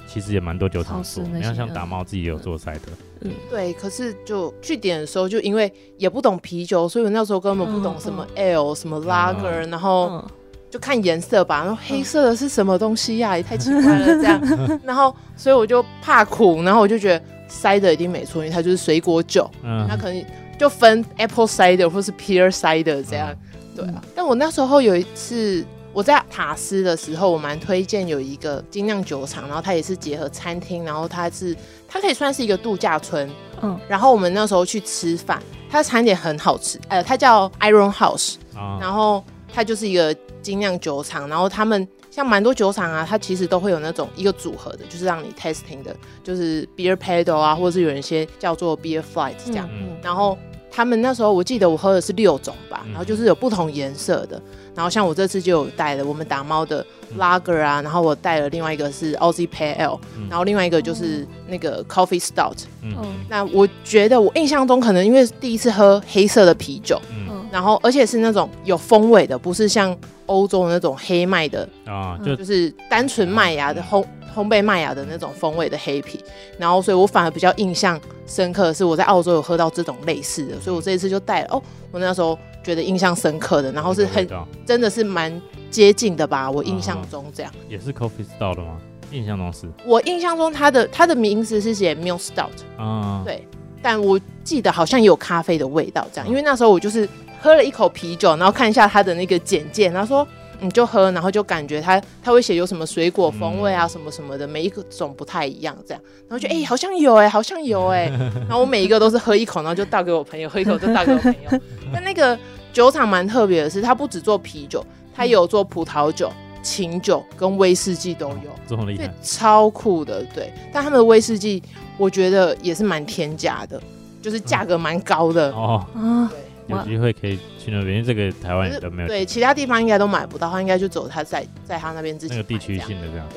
Speaker 2: 其实也蛮多酒厂
Speaker 3: 超市
Speaker 2: 做。
Speaker 3: 那
Speaker 2: 你看
Speaker 3: 些
Speaker 2: 像
Speaker 3: 嗯
Speaker 2: 达茂自己也有做塞的，
Speaker 1: 对，可是就去点的时候，就因为也不懂啤酒，所以我那时候根本不懂
Speaker 3: 嗯
Speaker 1: 什么 ale、什么 lager，、然后
Speaker 2: 哦
Speaker 3: 嗯
Speaker 1: 就看颜色吧。然后黑色的是什么东西呀、也太奇怪了这 样。然后所以我就怕苦，然后我就觉得塞的一定没错，因为它就是水果酒，
Speaker 2: 嗯
Speaker 1: 它，可能就分 apple cider 或是 pear cider 这样。对啊，但我那时候有一次。我在塔斯的时候，我蛮推荐有一个精酿酒厂，然后它也是结合餐厅，然后它是它可以算是一个度假村，
Speaker 3: 嗯，
Speaker 1: 然后我们那时候去吃饭，它的餐点很好吃，呃，它叫 Iron House，
Speaker 2: 啊，
Speaker 1: 然后它就是一个精酿酒厂，然后他们像蛮多酒厂啊，它其实都会有那种一个组合的，就是让你 testing 的，就是 beer paddle 啊，或者是有一些叫做 beer flight 这样，
Speaker 2: 嗯
Speaker 1: 然后。他们那时候我记得我喝的是六种吧，
Speaker 2: 嗯
Speaker 1: 然后就是有不同颜色的，然后像我这次就有带了我们打猫的 lager 啊，然后我带了另外一个是 Aussie Pale Ale，
Speaker 2: 嗯
Speaker 1: 然后另外一个就是那个 Coffee Stout，
Speaker 2: 嗯
Speaker 3: 哦
Speaker 1: 那我觉得我印象中可能因为第一次喝黑色的啤酒，
Speaker 2: 嗯
Speaker 1: 然后而且是那种有风味的，不是像欧洲那种黑麦的，
Speaker 2: 嗯啊，
Speaker 3: 嗯
Speaker 2: 就嗯
Speaker 1: 就是单纯麦芽的烘烘焙麦芽的那种风味的黑啤。然后所以我反而比较印象深刻的是我在澳洲有喝到这种类似的，所以我这一次就带了哦，我那时候觉得印象深刻的，然后是
Speaker 2: 那个味
Speaker 1: 很
Speaker 2: 道
Speaker 1: 真的是蛮接近的吧，我印象
Speaker 2: 嗯
Speaker 1: 中这样。
Speaker 2: 也是 coffee stout 的吗？印象中是
Speaker 1: 我印象中它的它的名字是写 Milk Stout。
Speaker 2: 啊，
Speaker 1: 对但我记得好像也有咖啡的味道，这样，因为那时候我就是喝了一口啤酒，然后看一下它的那个简介，然后说你就喝，然后就感觉它它会写有什么水果风味啊，什么什么的，每一个种不太一样，这样，然后就哎、好像有哎、好像有哎、然后我每一个都是喝一口，然后就倒给我朋友，喝一口就倒给我朋友。但那个酒厂蛮特别的是，它不只做啤酒，它也有做葡萄酒、琴酒跟威士忌都有。
Speaker 2: 这么厉
Speaker 1: 对
Speaker 2: 害，，
Speaker 1: 超酷的，对。但他们的威士忌，我觉得也是蛮天价的，就是价格蛮高的，
Speaker 2: 哦，
Speaker 3: 啊，
Speaker 1: 对。
Speaker 2: 有
Speaker 3: 哇
Speaker 2: 机会可以去那边，因为这个台湾也都没有
Speaker 1: 对，其他地方应该都买不到，他应该就走他在在他那边自己
Speaker 2: 那个地区
Speaker 1: 买这样
Speaker 2: 性的这样，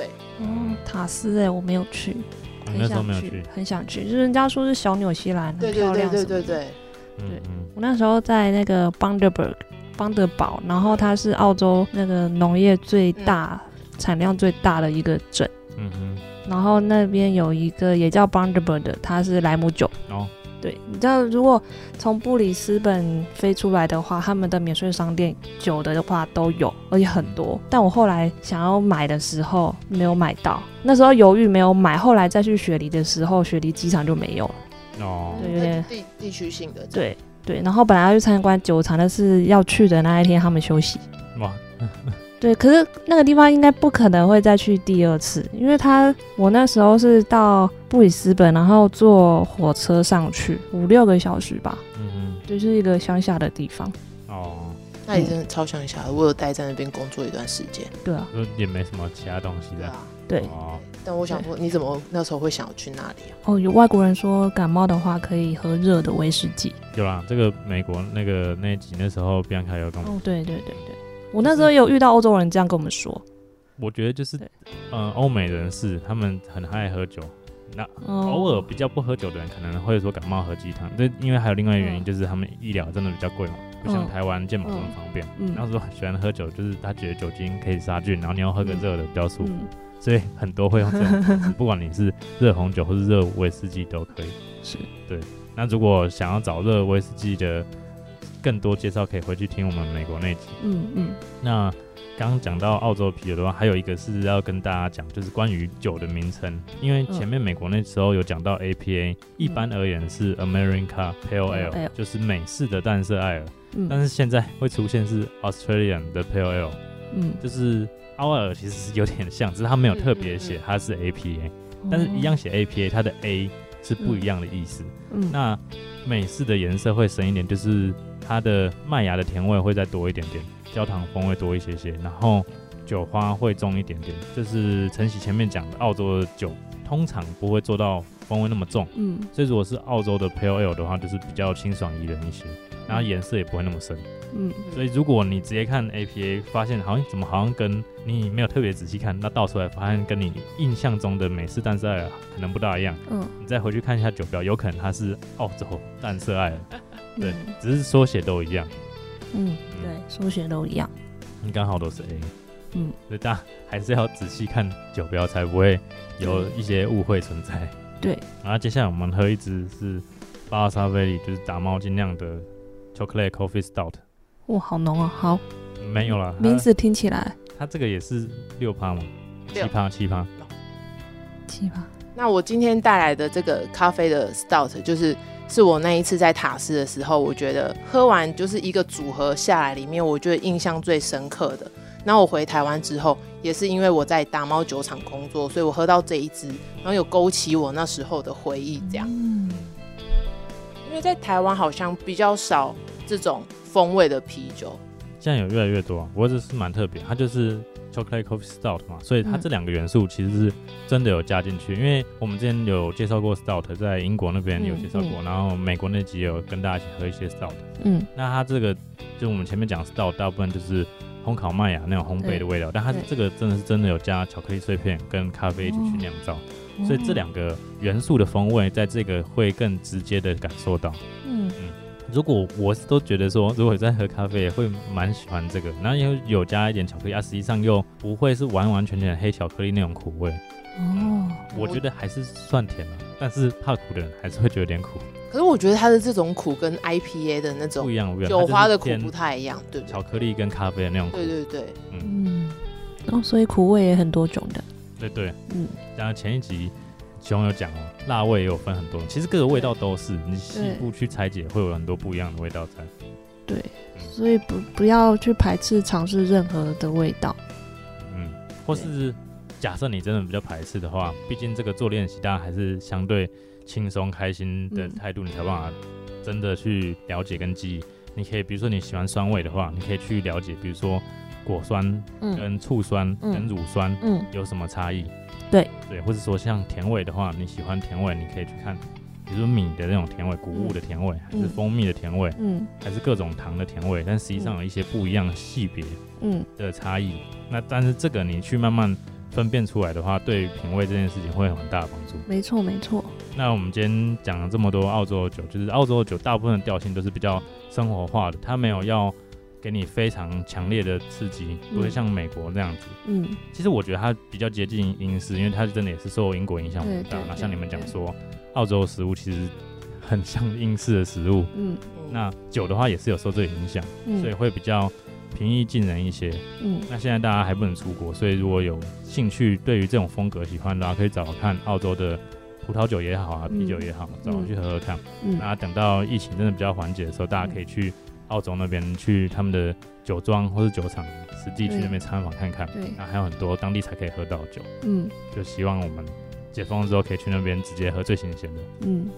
Speaker 3: 哦，塔斯哎、我没有去，
Speaker 2: 嗯
Speaker 3: 很
Speaker 2: 那时候
Speaker 3: 想
Speaker 2: 没有
Speaker 3: 去
Speaker 2: 去，，
Speaker 3: 很想去，就是人家说是小纽西兰，很
Speaker 1: 对对
Speaker 3: 漂
Speaker 1: 对
Speaker 3: 亮
Speaker 1: 对
Speaker 3: 什么
Speaker 1: 对
Speaker 3: 的
Speaker 1: 对，
Speaker 2: 嗯嗯
Speaker 3: 我那时候在那个邦德 b 邦德堡，然后它是澳洲那个农业最大、产量最大的一个镇，
Speaker 2: 嗯嗯，
Speaker 3: 然后那边有一个也叫邦德 b 的，它是莱姆酒。
Speaker 2: 然后
Speaker 3: 对，你知道如果从布里斯本飞出来的话，他们的免税商店酒的话都有，而且很多。但我后来想要买的时候没有买到，那时候犹豫没有买，后来再去雪梨的时候，雪梨机场就没有了。
Speaker 2: 哦，嗯
Speaker 3: 对
Speaker 1: 嗯
Speaker 3: 有点
Speaker 1: 地地区性的，，
Speaker 3: 对对，然后本来要去参观酒厂，但是要去的那一天他们休息。
Speaker 2: 哇，
Speaker 3: 对，可是那个地方应该不可能会再去第二次，因为他我那时候是到布里斯本，然后坐火车上去五六个小时吧，
Speaker 2: 嗯
Speaker 3: 就是一个乡下的地方。
Speaker 2: 嗯，哦。
Speaker 1: 那也真的超想小孩，我有待在那边工作一段时间，
Speaker 3: 对啊，
Speaker 2: 就也没什么其他东西
Speaker 1: 对
Speaker 2: 的。
Speaker 1: 啊。
Speaker 3: 对
Speaker 2: 哦，
Speaker 1: 但我想说，你怎么那时候会想要去那里啊？
Speaker 3: 哦，有外国人说感冒的话可以喝热的威士忌。
Speaker 2: 有啦，这个美国那个那一集那时候 Bianca 有跟我，
Speaker 3: 哦，对对对对，我那时候有遇到欧洲人这样跟我们说。
Speaker 2: 我觉得就是
Speaker 3: 对，
Speaker 2: 嗯，欧美人士他们很爱喝酒，那
Speaker 3: 哦，
Speaker 2: 偶尔比较不喝酒的人可能会说感冒喝鸡汤，这因为还有另外一个原因就是他们医疗真的比较贵嘛，不像
Speaker 3: 嗯
Speaker 2: 台湾健保这么方便。
Speaker 3: 嗯
Speaker 2: 那时候喜欢喝酒，就是他觉得酒精可以杀菌，然后你要喝个
Speaker 3: 嗯
Speaker 2: 热的比较舒服，
Speaker 3: 嗯，
Speaker 2: 所以很多会用这种方式，不管你是热红酒或是热威士忌都可以。
Speaker 3: 是
Speaker 2: 那如果想要找热威士忌的更多介绍，可以回去听我们美国那集。
Speaker 3: 嗯嗯
Speaker 2: 那刚刚讲到澳洲啤酒的话，还有一个是要跟大家讲，就是关于酒的名称，因为前
Speaker 1: 嗯
Speaker 2: 面美国那时候有讲到 APA，、一般而言是 America Pale
Speaker 1: 嗯
Speaker 2: Ale，
Speaker 3: Pale Ale
Speaker 2: 就是美式的淡色艾尔，但
Speaker 3: 嗯
Speaker 2: 是现在会出现是 Australian 的 Pale Ale，
Speaker 3: 嗯，
Speaker 2: 就是奥尔其实是有点像，只是它没有特别
Speaker 1: 嗯
Speaker 2: 写
Speaker 1: 嗯
Speaker 2: 它是 APA，、但是一样写 APA，它的 A 是不一样的意思。
Speaker 3: 嗯，
Speaker 2: 那美式的颜色会深一点，就是它的麦芽的甜味会再多一点点，焦糖风味多一些些，然后酒花会重一点点，就是晨曦前面讲的澳洲的酒通常不会做到风味那么重。
Speaker 3: 嗯，
Speaker 2: 所以如果是澳洲的 Pale Ale 的话，就是比较清爽宜人一些，然后颜色也不会那么深。
Speaker 3: 嗯，
Speaker 2: 所以如果你直接看 APA，发现好像怎么好像跟你没有特别仔细看，那倒出来发现跟你印象中的美式淡色艾尔可能不大一样。
Speaker 3: 嗯，
Speaker 2: 你再回去看一下酒标，有可能它是澳洲淡色艾尔，对
Speaker 3: 嗯，
Speaker 2: 只是缩写都一样。
Speaker 3: 嗯，对，缩写都一样。
Speaker 2: 你刚好都是 A，
Speaker 3: 嗯，
Speaker 2: 所以大家还是要仔细看酒标，才不会有一些误会存在。
Speaker 3: 对，
Speaker 2: 然后接下来我们喝一支是巴拉沙菲里，就是达猫精酿的 Chocolate Coffee Stout，
Speaker 3: 哇，好浓啊！好，
Speaker 2: 没有啦，
Speaker 3: 名字听起来
Speaker 2: 它它这个也是六趴嘛，
Speaker 1: 六
Speaker 2: 七趴七趴，
Speaker 3: 奇葩。
Speaker 1: 那我今天带来的这个咖啡的 stout，就是是我那一次在塔斯的时候，我觉得喝完就是一个组合下来里面，我觉得印象最深刻的。那我回台湾之后，也是因为我在打猫酒厂工作，所以我喝到这一支，然后有勾起我那时候的回忆，这样。
Speaker 3: 嗯，
Speaker 1: 因为在台湾好像比较少这种风味的啤酒，
Speaker 2: 现在有越来越多、啊，不过这是蛮特别，它就是 Chocolate Coffee Stout 嘛，所以它
Speaker 3: 嗯
Speaker 2: 这两个元素其实是真的有加进去，因为我们之前有介绍过 Stout，在英国那
Speaker 3: 嗯
Speaker 2: 边有介绍过，然后美国那集也有跟大家一起喝一些 Stout。
Speaker 3: 嗯，
Speaker 2: 那它这个就我们前面讲 stout，大部分就是烘烤麦啊芽那种烘焙的味道，但它是
Speaker 3: 嗯对嗯
Speaker 2: 这个真的是真的有加巧克力碎片跟咖啡一起去酿造，所以这两个元素的风味在这个会更直接的感受到。
Speaker 3: 嗯，
Speaker 2: 如果我是都觉得说，如果在喝咖啡也会蛮喜欢这个，然后又有加一点巧克力，啊，实际上又不会是完完全全的黑巧克力那种苦味，
Speaker 3: 哦，
Speaker 2: 我觉得还是算甜了、但是怕苦的人还是会觉得有点苦，
Speaker 1: 可是我觉得它的这种苦跟 IPA 的那
Speaker 2: 不
Speaker 1: 种
Speaker 2: 一样不一样，
Speaker 1: 酒花的苦
Speaker 2: 它就是
Speaker 1: 不太一样，对不
Speaker 2: 偏
Speaker 1: 对？
Speaker 2: 巧克力跟咖啡的那种苦，
Speaker 1: 对对对，
Speaker 3: 嗯，然后所以苦味也很多种的。
Speaker 2: 对对。
Speaker 3: 嗯，
Speaker 2: 然后前一集熊有讲哦，辣味也有分很多，其实各个味道都是，你细部去拆解会有很多不一样的味道在。
Speaker 3: 对，所以不不要去排斥尝试任何的味道。
Speaker 2: 嗯，或是假设你真的比较排斥的话，毕竟这个做练习，大家还是相对轻松开心的
Speaker 3: 嗯
Speaker 2: 态度，你才有办法真的去了解跟记忆。你可以比如说你喜欢酸味的话，你可以去了解，比如说果酸
Speaker 1: 嗯
Speaker 2: 跟醋酸
Speaker 1: 嗯
Speaker 2: 跟乳酸
Speaker 1: 嗯，
Speaker 2: 有什么差异？
Speaker 3: 对
Speaker 2: 对，或者说像甜味的话，你喜欢甜味，你可以去看，比如说米的那种甜味、谷物的甜味，还是
Speaker 3: 嗯
Speaker 2: 蜂蜜的甜味，
Speaker 3: 嗯
Speaker 2: 还是各种糖的甜味，但实际上有一些不一样的系别
Speaker 3: 嗯
Speaker 2: 的差异。那但是这个你去慢慢分辨出来的话，对于品味这件事情会有很大的帮助。
Speaker 3: 没错没错。
Speaker 2: 那我们今天讲了这么多澳洲的酒，就是澳洲的酒大部分的调性都是比较生活化的，它没有要给你非常强烈的刺激，不会
Speaker 3: 嗯
Speaker 2: 像美国那样子。
Speaker 3: 嗯
Speaker 2: 其实我觉得它比较接近英式，因为它真的也是受英国影响很
Speaker 3: 对
Speaker 2: 大
Speaker 3: 对。
Speaker 2: 那
Speaker 3: 对
Speaker 2: 像你们讲
Speaker 3: 对
Speaker 2: 说，澳洲的食物其实很像英式的食物，
Speaker 3: 嗯
Speaker 2: 那酒的话也是有受这个影响，
Speaker 3: 嗯，
Speaker 2: 所以会比较平易近人一些。
Speaker 3: 嗯
Speaker 2: 那现在大家还不能出国，所以如果有兴趣对于这种风格喜欢的话，可以找看澳洲的葡萄酒也好啊，
Speaker 3: 嗯
Speaker 2: 啤酒也好，找去喝喝看。
Speaker 3: 嗯
Speaker 2: 那等到疫情真的比较缓解的时候，大家可以去澳洲那边去他们的酒庄或是酒厂，实际去那边参访看看。
Speaker 3: 对
Speaker 2: 那还有很多当地才可以喝到的酒，
Speaker 3: 嗯
Speaker 2: 就希望我们解封之后可以去那边直接喝最新鲜的。
Speaker 3: 嗯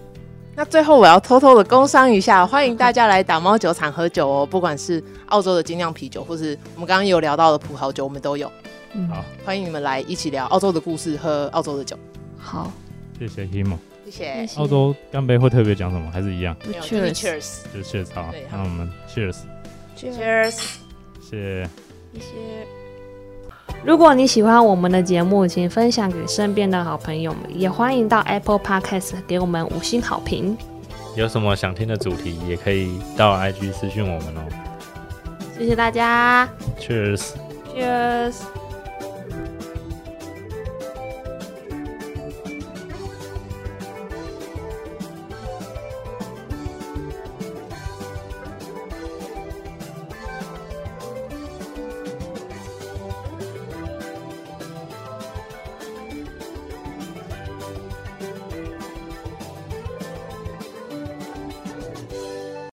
Speaker 1: 那最后我要偷偷的工商一下，欢迎大家来打猫酒厂喝酒哦，不管是澳洲的精酿啤酒，或是我们刚刚有聊到的葡萄酒，我们都有。
Speaker 3: 嗯，
Speaker 2: 好
Speaker 1: 欢迎你们来一起聊澳洲的故事，喝澳洲的酒。
Speaker 3: 好，
Speaker 2: 谢谢 Himo。
Speaker 1: 谢谢，
Speaker 2: 澳洲干杯会特别讲什么？还是一样，
Speaker 1: 哎没有就是
Speaker 3: Cheers，
Speaker 1: Cheers，
Speaker 2: 就是 cheers 好
Speaker 1: 对好
Speaker 2: 那我们 cheers，
Speaker 1: Cheers。
Speaker 2: 谢谢。
Speaker 3: 一些。如果你喜欢我们的节目，请分享给身边的好朋友们，也欢迎到 Apple Podcast 给我们五星好评。
Speaker 2: 有什么想听的主题，也可以到 IG 私讯我们哦。
Speaker 3: 谢谢大家
Speaker 2: Cheers。
Speaker 3: ，Cheers。